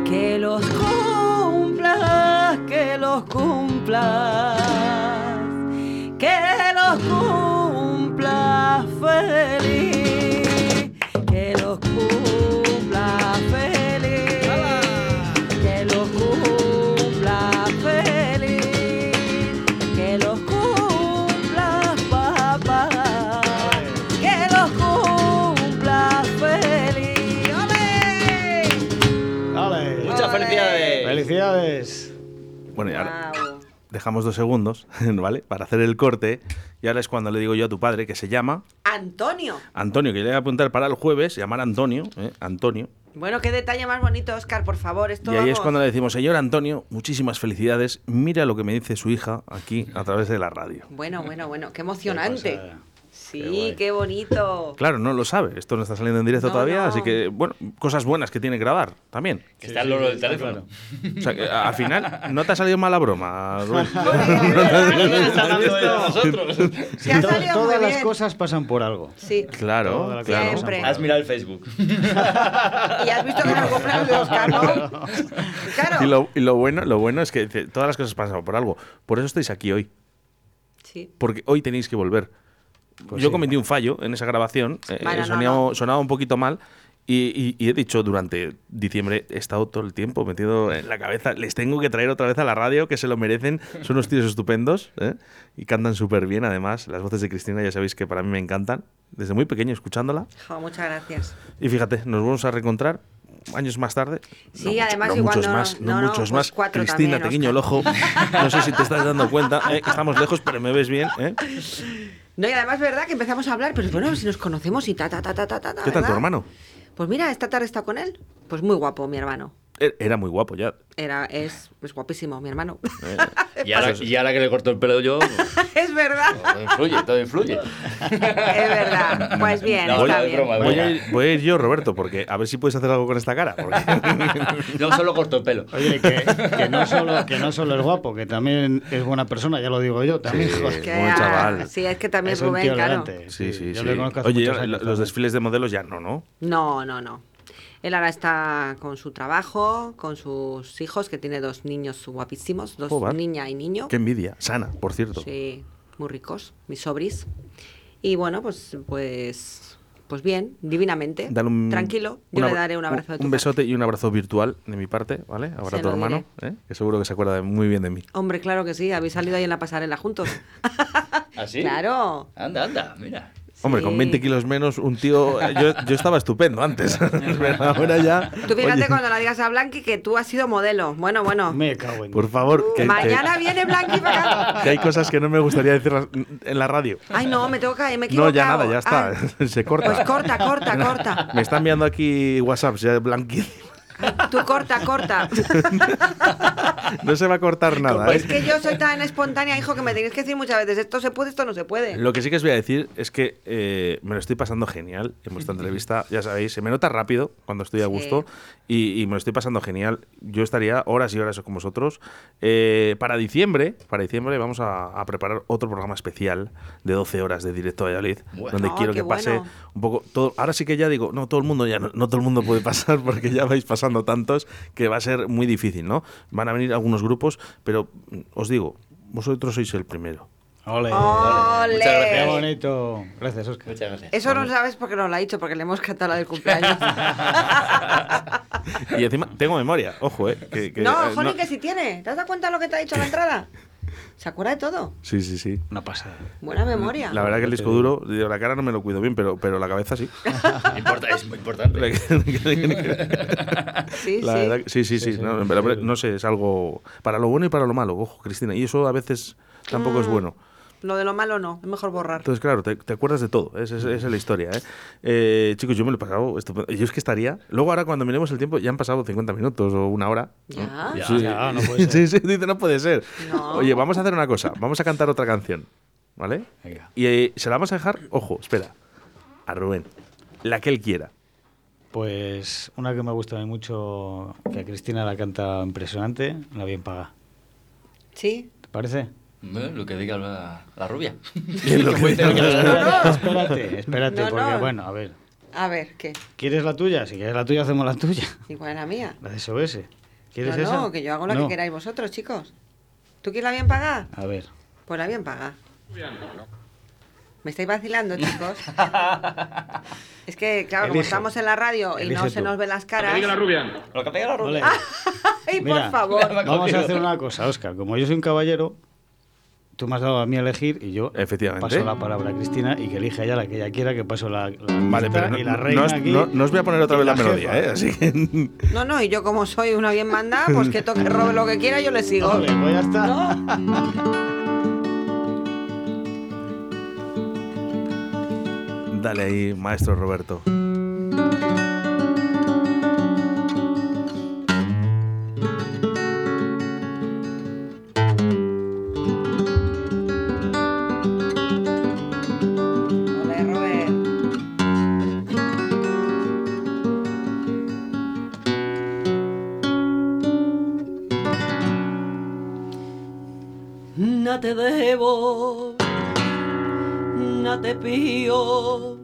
que los cumplas, que los cumplas, que los cumplas feliz, que los cumplas feliz, que los cumplas feliz, que los cumplas papá que los cumpla feliz. ¡Ole! Dale. Muchas Ole. felicidades. Felicidades. Bueno, y ahora Guau. dejamos dos segundos, ¿vale? Para hacer el corte. Y ahora es cuando le digo yo a tu padre que se llama Antonio. Antonio, que le voy a apuntar para el jueves, llamar a Antonio, ¿eh? Antonio. Bueno, qué detalle más bonito, Oscar, por favor. Esto Y ahí es vamos. cuando le decimos, señor Antonio, muchísimas felicidades. Mira lo que me dice su hija aquí a través de la radio. Bueno, bueno, bueno, qué emocionante. Qué pasada. Qué sí, guay. qué, bonito. Claro, no lo sabe. Esto no está saliendo en directo No, todavía, no. así que, bueno, cosas buenas que tiene que grabar también. Que está el loro del Sí, sí, sí, teléfono. O sea, que, a- al final, no te ha salido mala broma. Rubén. Está hablando de nosotros. Se ha To- salido muy Todas las bien. cosas pasan por algo. Sí. Claro, Todas las claro. cosas pasan Siempre. por Has algo. mirado el Facebook. Y has visto que era el cumpleaños de Oscar, ¿no? Claro. Y lo, y lo bueno, lo bueno es que dice, todas las cosas pasan por algo. Por eso estáis aquí hoy. Sí. Porque hoy tenéis que volver. Pues Yo sí. cometí un fallo en esa grabación. eh, Bueno, no, sonía- no. Sonaba un poquito mal. Y, y- y he dicho durante diciembre, he estado todo el tiempo metido en la cabeza, les tengo que traer otra vez a la radio, que se lo merecen, son unos tíos estupendos ¿eh? y cantan súper bien además, las voces de Cristina ya sabéis que para mí me encantan, desde muy pequeño escuchándola. Jo, muchas gracias. Y fíjate, nos vamos a reencontrar años más tarde. Sí, mucho- además igual muchos no- más, no, no, no, muchos pues más. cuatro Cristina, también, te guiño el ojo. No sé si te estás dando cuenta, eh, que estamos lejos, pero me ves bien. ¿eh? No, y además, ¿verdad? Que empezamos a hablar, pero bueno, si nos conocemos y ta, ta, ta, ta, ta, ta. ¿Qué tal tu ¿verdad? hermano? Pues mira, esta tarde está con él. Pues muy guapo, mi hermano. Er- Era muy guapo ya. ¿eh? Era, es, es guapísimo, mi hermano. Y ahora, y ahora que le corto el pelo yo, pues, es verdad, todo influye, todo influye. es verdad. Pues bien, No, está no, es bien. broma, es Voy broma. a, ir, voy a ir yo, Roberto, porque a ver si puedes hacer algo con esta cara. porque- Yo solo corto el pelo. Oye, que, que no solo, que no solo es guapo, que también es buena persona, ya lo digo yo, también. Sí. joder. Que, Muy ah, chaval. Sí, es que también Es un Rubén, tío claro. elegante. Sí, sí, Yo sí. le conozco hace Oye, muchos ya años lo- los también. desfiles de modelos ya no, ¿no? No, no, no. Él ahora está con su trabajo, con sus hijos, que tiene dos niños guapísimos, dos Joder. niña y niño. Qué envidia. Sana, por cierto. Sí, muy ricos, mis sobris. Y bueno, pues, pues, pues bien, divinamente. Dale un- Tranquilo, yo un le abra- daré un abrazo de tu Un besote y un abrazo virtual de mi parte, ¿vale? Ahora Se tu lo hermano, ¿eh? que seguro que se acuerda de- muy bien de mí. parte. Hombre, claro que sí, habéis salido ahí en la pasarela juntos. ¿Así? Claro. Anda, anda, mira. Hombre, Sí. con 20 kilos menos, un tío. Yo, yo estaba estupendo antes. Pero ahora ya. Tú fíjate oye, cuando la digas a Blanqui que tú has sido modelo. Bueno, bueno. Me cago en Por favor, que, que- Mañana viene Blanqui para acá. que hay cosas que no me gustaría decir en la radio. Ay, no, me tengo que me he No, ya equivocado. nada, ya está. Ay, Se corta. Pues corta, corta, corta. Me está enviando aquí WhatsApp, ya blanqui. Tú corta, corta. No se va a cortar nada. Es ¿eh? que yo soy tan espontánea, hijo, que me tenéis que decir muchas veces, esto se puede, esto no se puede. Lo que sí que os voy a decir es que eh, me lo estoy pasando genial en vuestra entrevista. Ya sabéis, se me nota rápido cuando estoy a Sí. gusto y, y me lo estoy pasando genial. Yo estaría horas y horas con vosotros. Eh, para diciembre, para diciembre vamos a, a preparar otro programa especial de 12 horas de directo a Valladolid, Bueno. donde Ah, quiero qué que pase bueno. un poco todo. Ahora sí que ya digo, no todo el mundo ya no, no todo el mundo puede pasar porque ya vais pasando tantos que va a ser muy difícil, ¿no? Van a venir algunos grupos, pero mm, os digo, vosotros sois el primero. Ole. ¡Ole! Muchas Qué gracias. bonito. Gracias, Oscar. Muchas gracias. Eso no lo sabes porque no lo ha dicho, porque le hemos cantado la del cumpleaños. Y encima tengo memoria, ojo, ¿eh? que- que- no, eh, Jolín, que sí tiene. ¿Te has dado cuenta de lo que te ha dicho a la entrada? ¿Se acuerda de todo? Sí, sí, sí. Una pasada. Buena memoria. La verdad que el disco duro, digo, la cara no me lo cuido bien, pero, pero la cabeza sí. Importa- es muy importante. La Sí, sí. verdad que- sí, sí, sí. Sí, sí, No, sí. pero- pero no sé, es algo para lo bueno y para lo malo, ojo, Cristina. Y eso a veces tampoco Mm. es bueno. Lo de lo malo no, es mejor borrar. Entonces, claro, te, te acuerdas de todo. Esa es, esa es la historia. ¿eh? Eh, chicos, yo me lo he pasado estupendo. Yo es que estaría. Luego, ahora cuando miremos el tiempo, ya han pasado 50 minutos o una hora. ¿Ya? Ya, Sí. ya, no puede ser. Sí, sí, dice, no puede ser. No. Oye, vamos a hacer una cosa. Vamos a cantar otra canción. ¿Vale? Venga. Y eh, se la vamos a dejar, ojo, espera, a Rubén. La que él quiera. Pues una que me gusta a mí mucho, que a Cristina la canta impresionante, la bien paga. Sí. ¿Te parece? Bueno, Lo que diga la, la rubia. Lo que diga Espérate, espérate, No, no. porque bueno, a ver. A ver, ¿qué? ¿Quieres la tuya? Si quieres la tuya, hacemos la tuya. ¿Y cuál es la mía? La de SOS. ¿Quieres no, esa? no, que yo hago la No. que queráis vosotros, chicos. ¿Tú quieres la bien pagada? A ver. Pues la bien pagada. Me estáis vacilando, chicos. es que, claro, como Elige. estamos en la radio y no Elige se tú. nos ven las caras. Lo que pega la Ole. rubia. Ah. ¡Ay, por Mira. favor! Vamos a hacer una cosa, Oscar. Como yo soy un caballero, tú me has dado a mí a elegir y yo Efectivamente. paso la palabra a Cristina y que elija ella la que ella quiera, que paso la, la Vale, lista pero no, y la no reina os, aquí. no- no os voy a poner otra y vez la, la melodía, jefa. ¿eh? Así que. No, no, y yo como soy una bien mandada, pues que toque robe lo que quiera, yo le sigo. Ole, pues ya está. No. Dale ahí, maestro Roberto. Ole, Robert. No te debo, no te pido.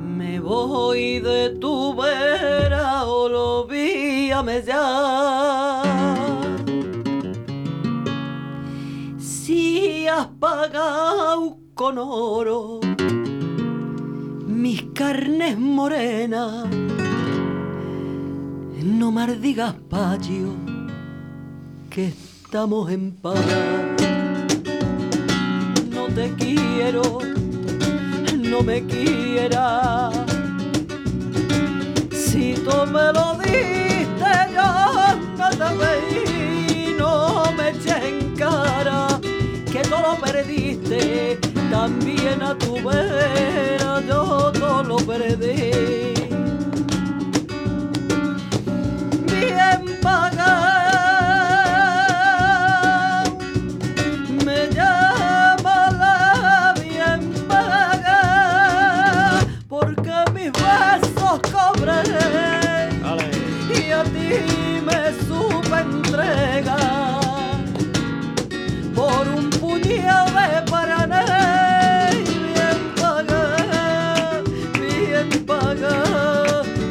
Me voy de tu vera o lo víame ya. Si has pagado con oro mis carnes morenas, no mardigas patio que estamos en paz. No te quiero, no me quieras. Si tú me lo diste, yo no te veí, no me eches en cara que tú lo perdiste. También a tu vera yo todo lo perdí bien pagado. Me llama la bien pagada porque mis besos cobren Ole. y a ti me supe entrega por un puñado de paraná bien paga,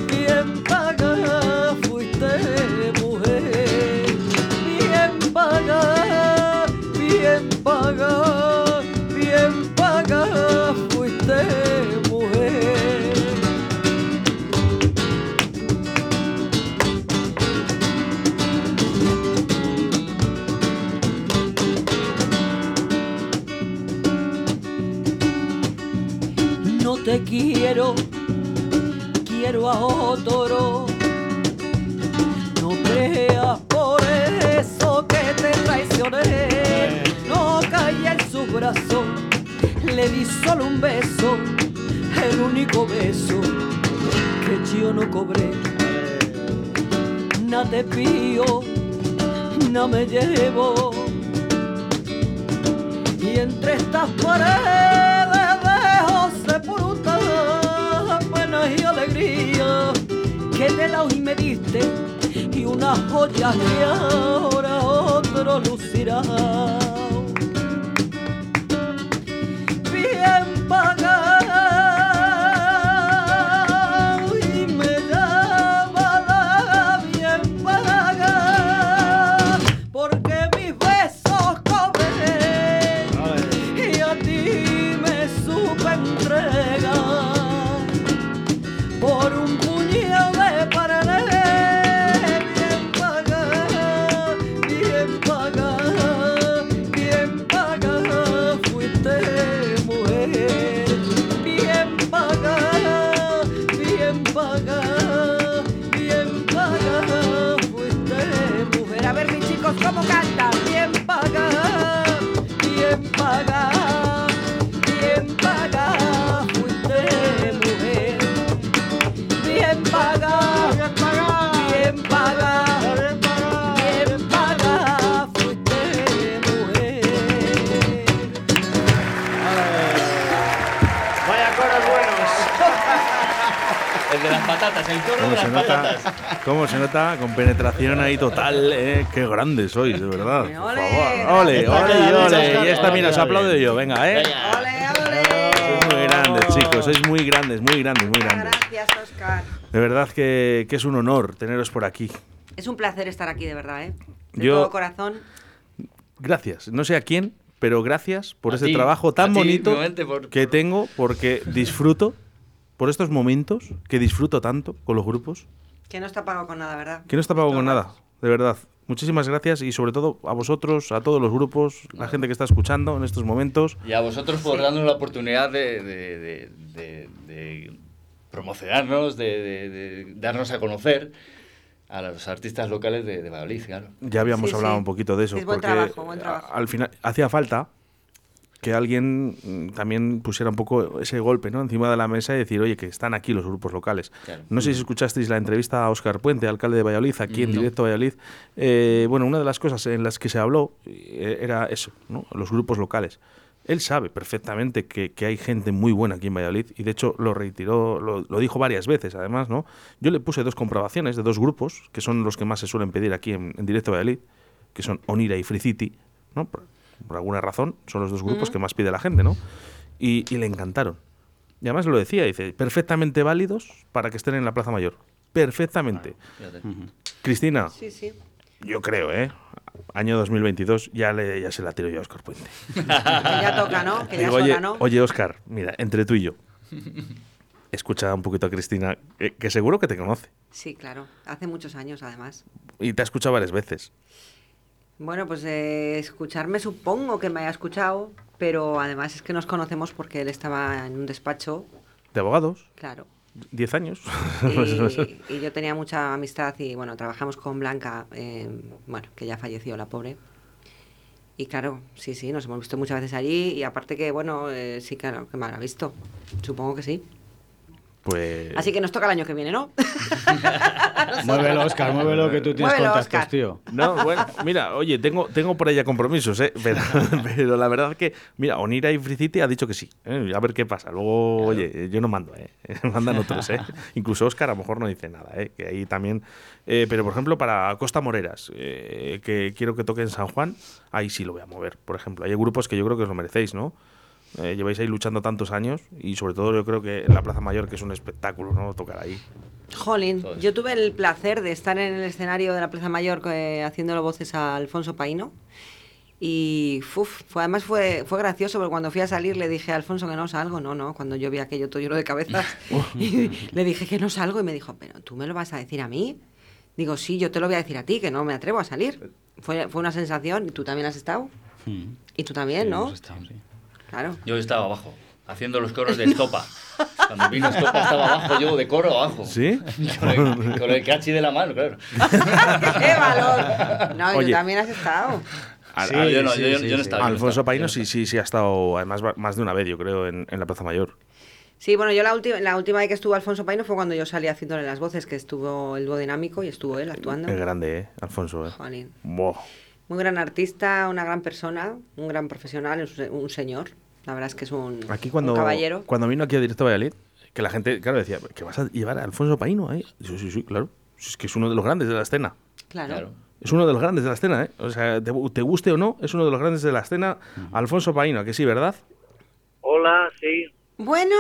bien paga, bien paga fuiste mujer, bien paga, bien paga, bien paga fuiste mujer. No te quiero, quiero a otro. No creas por eso que te traicioné. No caí en su brazo, le di solo un beso, el único beso que yo no cobré. No te pío, no me llevo y entre estas paredes dejo sepulta penas y alegría que te la y me diste y unas joyas que ahora otro lucirá. Bien pagado y me daba la bien pagada porque mis besos cobren bien pagada, bien pagada fuiste mujer. Bien pagada, bien pagada, bien pagada, bien pagada, fuiste mujer. Vaya coros buenos. El de las patatas, el coro de ¿Cómo las se nota? patatas. ¿Cómo se nota? Con penetración ahí total, ¿eh? Qué grandes sois, de verdad. Por favor. Ole, Ole, gracias. ole, y ole. Y esta, mira, os Ole, ole. aplaudo yo. Venga, ¿eh? Venga. ¡Ole, ole! Sois muy grandes, chicos. Sois muy grandes, muy grandes, muy Muchas grandes. gracias, Oscar. De verdad que, que es un honor teneros por aquí. Es un placer estar aquí, de verdad, ¿eh? De Yo- todo corazón. Gracias. No sé a quién, pero gracias por A ese ti, trabajo tan a ti, bonito nuevamente, por- que por- tengo porque disfruto por estos momentos que disfruto tanto con los grupos Que no está pagado con nada, ¿verdad? que no está pago con nada, de verdad. Muchísimas gracias y sobre todo a vosotros, a todos los grupos, la gente que está escuchando en estos momentos. Y a vosotros por darnos la oportunidad de, de- de- de- de promocionarnos, de, de- de darnos a conocer a los artistas locales de, de Valladolid, claro. Ya habíamos Sí, hablado sí. un poquito de eso. Es buen porque trabajo, buen trabajo. a- al final hacía falta que alguien mm, también pusiera un poco ese golpe ¿no? encima de la mesa y decir, oye, que están aquí los grupos locales. Claro. No sé si escuchasteis la entrevista a Óscar Puente, alcalde de Valladolid, aquí en No. directo Valladolid. Eh, bueno, una de las cosas en las que se habló eh, era eso, ¿no? los grupos locales. Él sabe perfectamente que, que hay gente muy buena aquí en Valladolid y de hecho lo retiró, lo, lo dijo varias veces además, ¿no? Yo le puse dos comprobaciones de dos grupos que son los que más se suelen pedir aquí en, en directo Valladolid, que son Onira y Free City, ¿no? Por, por alguna razón son los dos grupos que más pide la gente, ¿no? Y, y le encantaron. Y además lo decía, dice, perfectamente válidos para que estén en la Plaza Mayor. Perfectamente. Fíjate. Cristina, Sí, sí. yo creo, ¿eh? Año 2022, ya, le, ya se la tiro yo a Oscar Puente. Que ya toca, ¿no? Que ya Digo, es oye, hora, ¿no? oye, Oscar, mira, entre tú y yo, escucha un poquito a Cristina, que, que seguro que te conoce. Sí, claro. Hace muchos años, además. Y te ha escuchado varias veces. Bueno, pues eh, escucharme supongo que me haya escuchado, pero además es que nos conocemos porque él estaba en un despacho, De abogados, claro. 10 años. pues, Y, y yo tenía mucha amistad y bueno, trabajamos con Blanca, eh, bueno, que ya falleció la pobre. Y claro, sí, sí, nos hemos visto muchas veces allí y aparte que, bueno, eh, sí, claro, que me habrá visto. Supongo que sí. pues... Así que nos toca el año que viene, ¿no? Muévelo, Oscar, muévelo que tú tienes Muévelo, contactos, Óscar. tío. No, bueno, mira, oye, tengo, tengo por ella compromisos, ¿eh? Pero, pero la verdad que, mira, Onira y Free City ha dicho que sí. ¿eh? A ver qué pasa. Luego, oye, yo no mando, ¿eh? Mandan otros, ¿eh? Incluso Oscar a lo mejor no dice nada, ¿eh? Que ahí también. eh, pero, por ejemplo, para Costa Moreras, eh, que quiero que toque en San Juan, ahí sí lo voy a mover, por ejemplo. Hay grupos que yo creo que os lo merecéis, ¿no? Eh, lleváis ahí luchando tantos años y sobre todo yo creo que en la Plaza Mayor que es un espectáculo, ¿no? Tocar ahí. Jolín, Todo eso. yo tuve el placer de estar en el escenario de la Plaza Mayor eh, haciéndole voces a Alfonso Paino. Y uf, fue, además fue, fue gracioso porque cuando fui a salir le dije a Alfonso que no salgo. No, no, cuando yo vi aquello todo lleno de cabezas, y le dije que no salgo y me dijo, pero tú me lo vas a decir a mí. Digo, sí, yo te lo voy a decir a ti, que no me atrevo a salir. Fue, fue una sensación y tú también has estado. Y tú también, Eh, Sí, pues ¿no? hemos estado, sí. Claro. Yo estaba abajo, haciendo los coros de Estopa. Cuando vino Estopa estaba abajo, yo de coro abajo. ¿Sí? Con el, con el cachi de la mano, claro. ¡Qué valor! No, y Oye. tú también has estado. Ah, Sí, yo no, sí, yo, yo- sí, yo no sí. estaba. yo no Alfonso estaba, yo Paino no sí, estaba. sí, sí ha estado, además, va- más de una vez, yo creo, en, en la Plaza Mayor. Sí, bueno, yo la, última la última vez que estuvo Alfonso Paino fue cuando yo salí haciéndole las voces, que estuvo el dúo dinámico y estuvo él actuando. Es grande, ¿eh? Alfonso, ¿eh? Jolín. Buah. Muy gran artista, una gran persona, un gran profesional, es un un señor. La verdad es que es un, Aquí un cuando, caballero. cuando vino aquí a Directo Valladolid, que la gente, claro, decía, ¿que vas a llevar a Alfonso Paino ahí? Sí, sí, sí, claro. Si Es que es uno de los grandes de la escena. Claro. Claro. Es uno de los grandes de la escena, ¿eh? O sea, te, te guste o no, es uno de los grandes de la escena. Alfonso Paino, ¿a que sí, ¿verdad? Hola, sí. Bueno,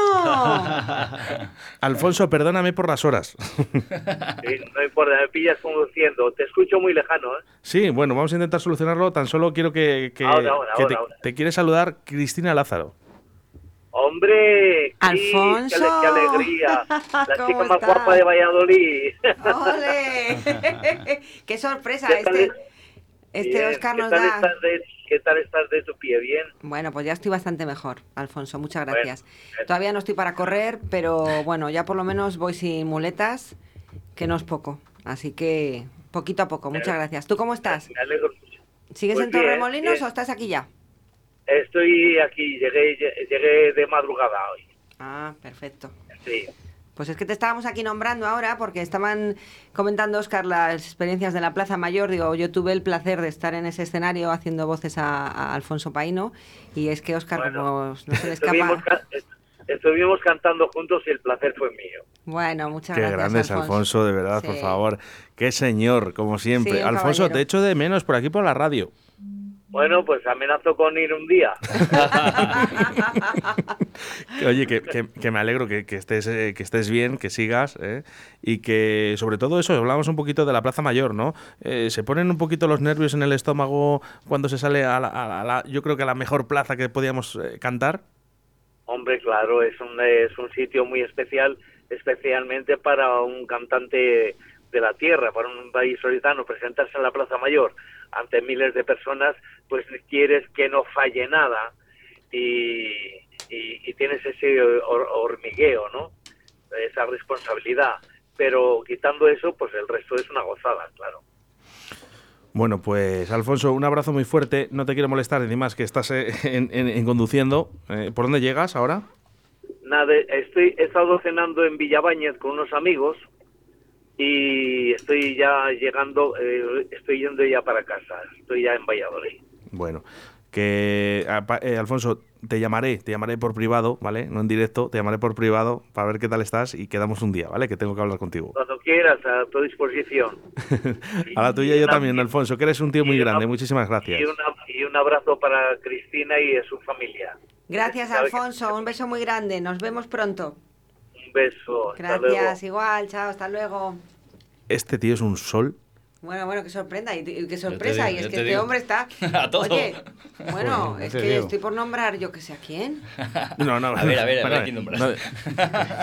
Alfonso, perdóname por las horas. sí, no importa, me pillas conduciendo. Te escucho muy lejano, ¿eh? sí, bueno, vamos a intentar solucionarlo. Tan solo quiero que, que, Ahora, ahora, que te, ahora, ahora. te quiere saludar Cristina Lázaro. Hombre, Cris, Alfonso. Qué, ale- qué alegría. La ¿Cómo chica más estás? guapa de Valladolid. ¡ole! ¡Qué sorpresa! ¿Qué tal Este, es? este Bien, Oscar ¿qué nos tal da... Estás de, ¿Qué tal estás de tu pie? Bien. Bueno, pues ya estoy bastante mejor, Alfonso. Muchas Bueno, gracias. bien. Todavía no estoy para correr, pero bueno, ya por lo menos voy sin muletas, que no es poco. Así que poquito a poco. Muchas gracias. ¿Tú cómo estás? Me alegro mucho. ¿Sigues Pues en bien, Torremolinos bien. o estás aquí ya? Estoy aquí, llegué, llegué de madrugada hoy. Ah, perfecto. Sí. Pues es que te estábamos aquí nombrando ahora porque estaban comentando, Oscar, las experiencias de la Plaza Mayor. Digo, yo tuve el placer de estar en ese escenario haciendo voces a, a Alfonso Paino y es que Oscar Bueno, como no se le Estuvimos, escapa. ca- est- estuvimos cantando juntos y el placer fue mío. Bueno, muchas Qué gracias. grande es Alfonso, de verdad, por Sí. favor. Qué señor, como siempre. Sí, un Alfonso, caballero. te echo de menos por aquí por la radio. Bueno, pues amenazo con ir un día. Que, Oye, que, que- que me alegro que, que estés, eh, que estés bien, que sigas ¿eh? y que sobre todo eso, hablábamos un poquito de la Plaza Mayor, ¿no? Eh, se ponen un poquito los nervios en el estómago cuando se sale a la, a la- a la- yo creo que a la mejor plaza que podíamos eh, cantar. Hombre, claro, es un, es un sitio muy especial, especialmente para un cantante de la tierra, para un país solitano, presentarse en la Plaza Mayor ante miles de personas, pues quieres que no falle nada y, y- y tienes ese hor- hormigueo, ¿no? Esa responsabilidad. Pero quitando eso, pues el resto es una gozada, claro. Bueno, pues Alfonso, un abrazo muy fuerte. No te quiero molestar, encima es que estás eh, en, en- en conduciendo. Eh, ¿Por dónde llegas ahora? Nada, estoy, he estado cenando en Villabañez con unos amigos y estoy ya llegando, eh, estoy yendo ya para casa, estoy ya en Valladolid. Bueno, que a- pa- eh, Alfonso, te llamaré, te llamaré por privado, ¿vale? No en directo, te llamaré por privado para ver qué tal estás y quedamos un día, ¿vale? Que tengo que hablar contigo. Cuando quieras, a tu disposición. A la tuya Y yo una- también, Alfonso, que eres un tío muy y una- grande, muchísimas gracias. Y, una- y un abrazo para Cristina y su familia. Gracias, Sabe que- Alfonso. Un beso muy grande. Nos vemos pronto. Un beso. hasta luego. Gracias, igual. Chao, hasta luego. Este tío es un sol. Bueno, bueno, qué sorprenda y, y qué sorpresa. digo, y es yo que te este digo. hombre está. A todo. Oye, bueno, Joder, ya es te que digo. estoy por nombrar yo que sé a quién. No, no, A ver, a ver, a ver, espérame, ¿quién nombras?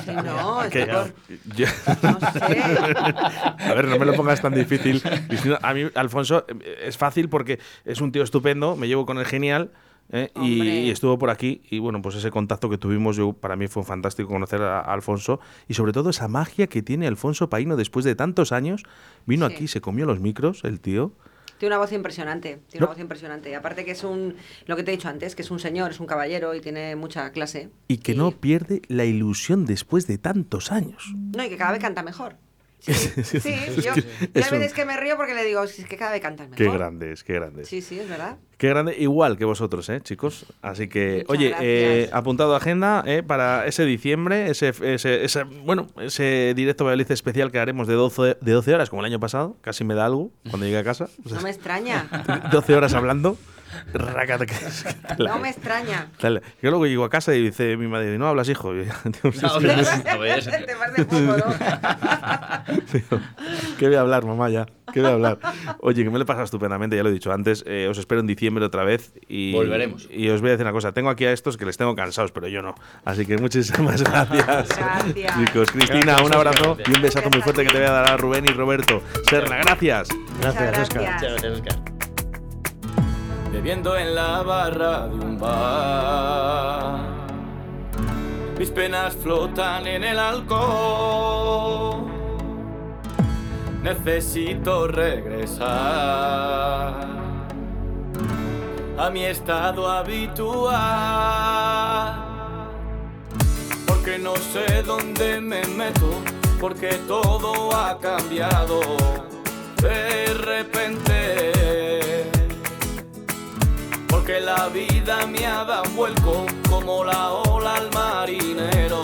Si no, que- estoy por. yo- No sé. a ver, no me lo pongas tan difícil. Cristina. A mí, Alfonso, eh, es fácil porque es un tío estupendo, me llevo con el genial. eh, y, Hombre. y estuvo por aquí y bueno, pues ese contacto que tuvimos yo para mí fue fantástico conocer a, a Alfonso y sobre todo esa magia que tiene Alfonso Paino después de tantos años, vino Sí. aquí, se comió los micros, el tío, Tiene una voz impresionante, tiene No. una voz impresionante. Y aparte que es un, lo que te he dicho antes, que es un señor, es un caballero y tiene mucha clase. y que no pierde la ilusión después de tantos años. No, y que cada vez canta mejor. Sí, sí, Es que yo, es yo hay un- veces que me río porque le digo, "Si es que cada vez cantas mejor. Qué grandes, qué grandes. Sí, sí, es verdad. Qué grande, igual que vosotros, ¿eh, chicos? Así que, Muchas oye, gracias. eh, apuntado a agenda eh, para ese diciembre, ese, ese, ese- bueno, ese directo Valladolid especial que haremos de 12, de 12 horas, como el año pasado, casi me da algo cuando llegue a casa. O sea, No me extraña. 12 horas hablando. Rácata, que- que te la- No me extraña. Dale. Yo luego llego a casa y dice mi madre, no hablas, hijo. Y yo, digo, No, "Sí, sí, no ves. Te parece poco, ¿no? Digo, ¿Qué voy a hablar, mamá? Ya, ¿qué voy a hablar? Oye, que me lo he pasado estupendamente, ya lo he dicho antes. eh, os espero en diciembre otra vez y. Volveremos. Y os voy a decir una cosa: tengo aquí a estos que les tengo cansados, pero yo no. Así que muchísimas gracias. Gracias. Chicos, Cristina, un abrazo y un besazo muy Gracias a fuerte que ti. te voy a dar a Rubén y Roberto. Serna, gracias. Muchas Gracias, Óscar. Muchas gracias, Oscar. bebiendo en la barra de un bar. Mis penas flotan en el alcohol. Necesito regresar a mi estado habitual. Porque no sé dónde me meto, porque todo ha cambiado de repente porque la vida me ha dado un vuelco como la ola al marinero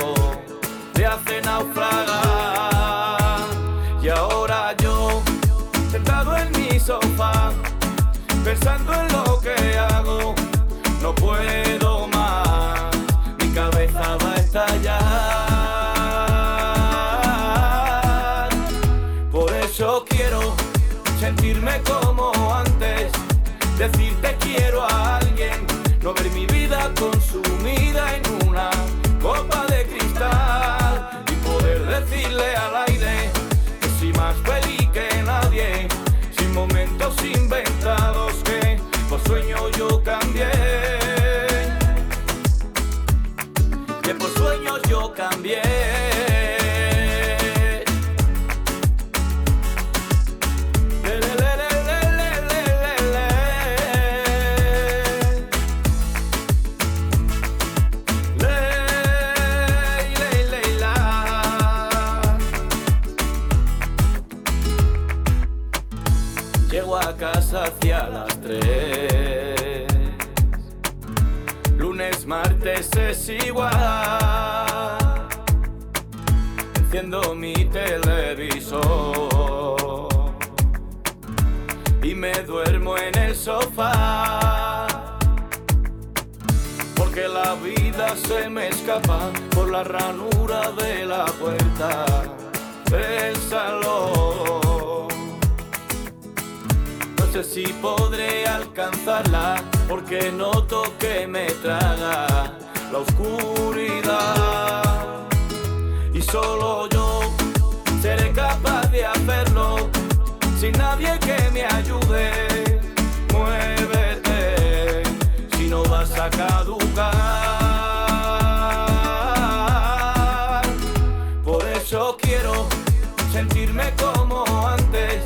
te hace naufragar y ahora yo sentado en mi sofá pensando en lo que hago no puedo más mi cabeza va a estallar por eso quiero sentirme como antes, decirte quiero a alguien, no ver mi vida consumida en una copa de cristal y poder decirle al aire que soy más feliz que nadie, sin momentos inventados que por sueño yo cambié, que por sueños yo cambié. Le, le, le, le, le, le, le, le, le. hacia las tres. Lunes, martes es igual. Enciendo mi televisor y me duermo en el sofá porque la vida se me escapa por la ranura de la puerta del salón. No sé si podré alcanzarla porque noto que me traga la oscuridad y solo yo seré capaz de hacerlo sin nadie que me ayude. Muévete si no vas a caducar. Por eso quiero sentirme como antes,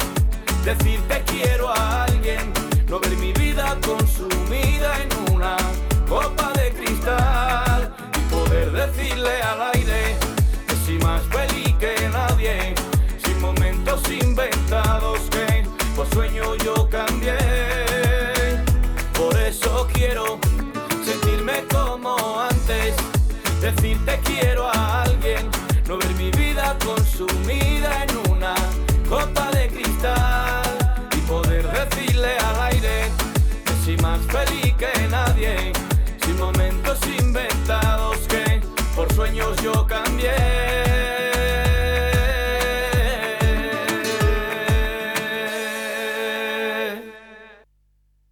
decirte quiero a alguien, no ver mi vida consumida en una copa de cristal y poder decirle al aire que soy más feliz que nadie, sin momentos inventados que por sueño yo cambié. Por eso quiero sentirme como antes, decirte quiero a alguien, no ver mi vida consumida en una copa de cristal y poder decirle al aire que soy más feliz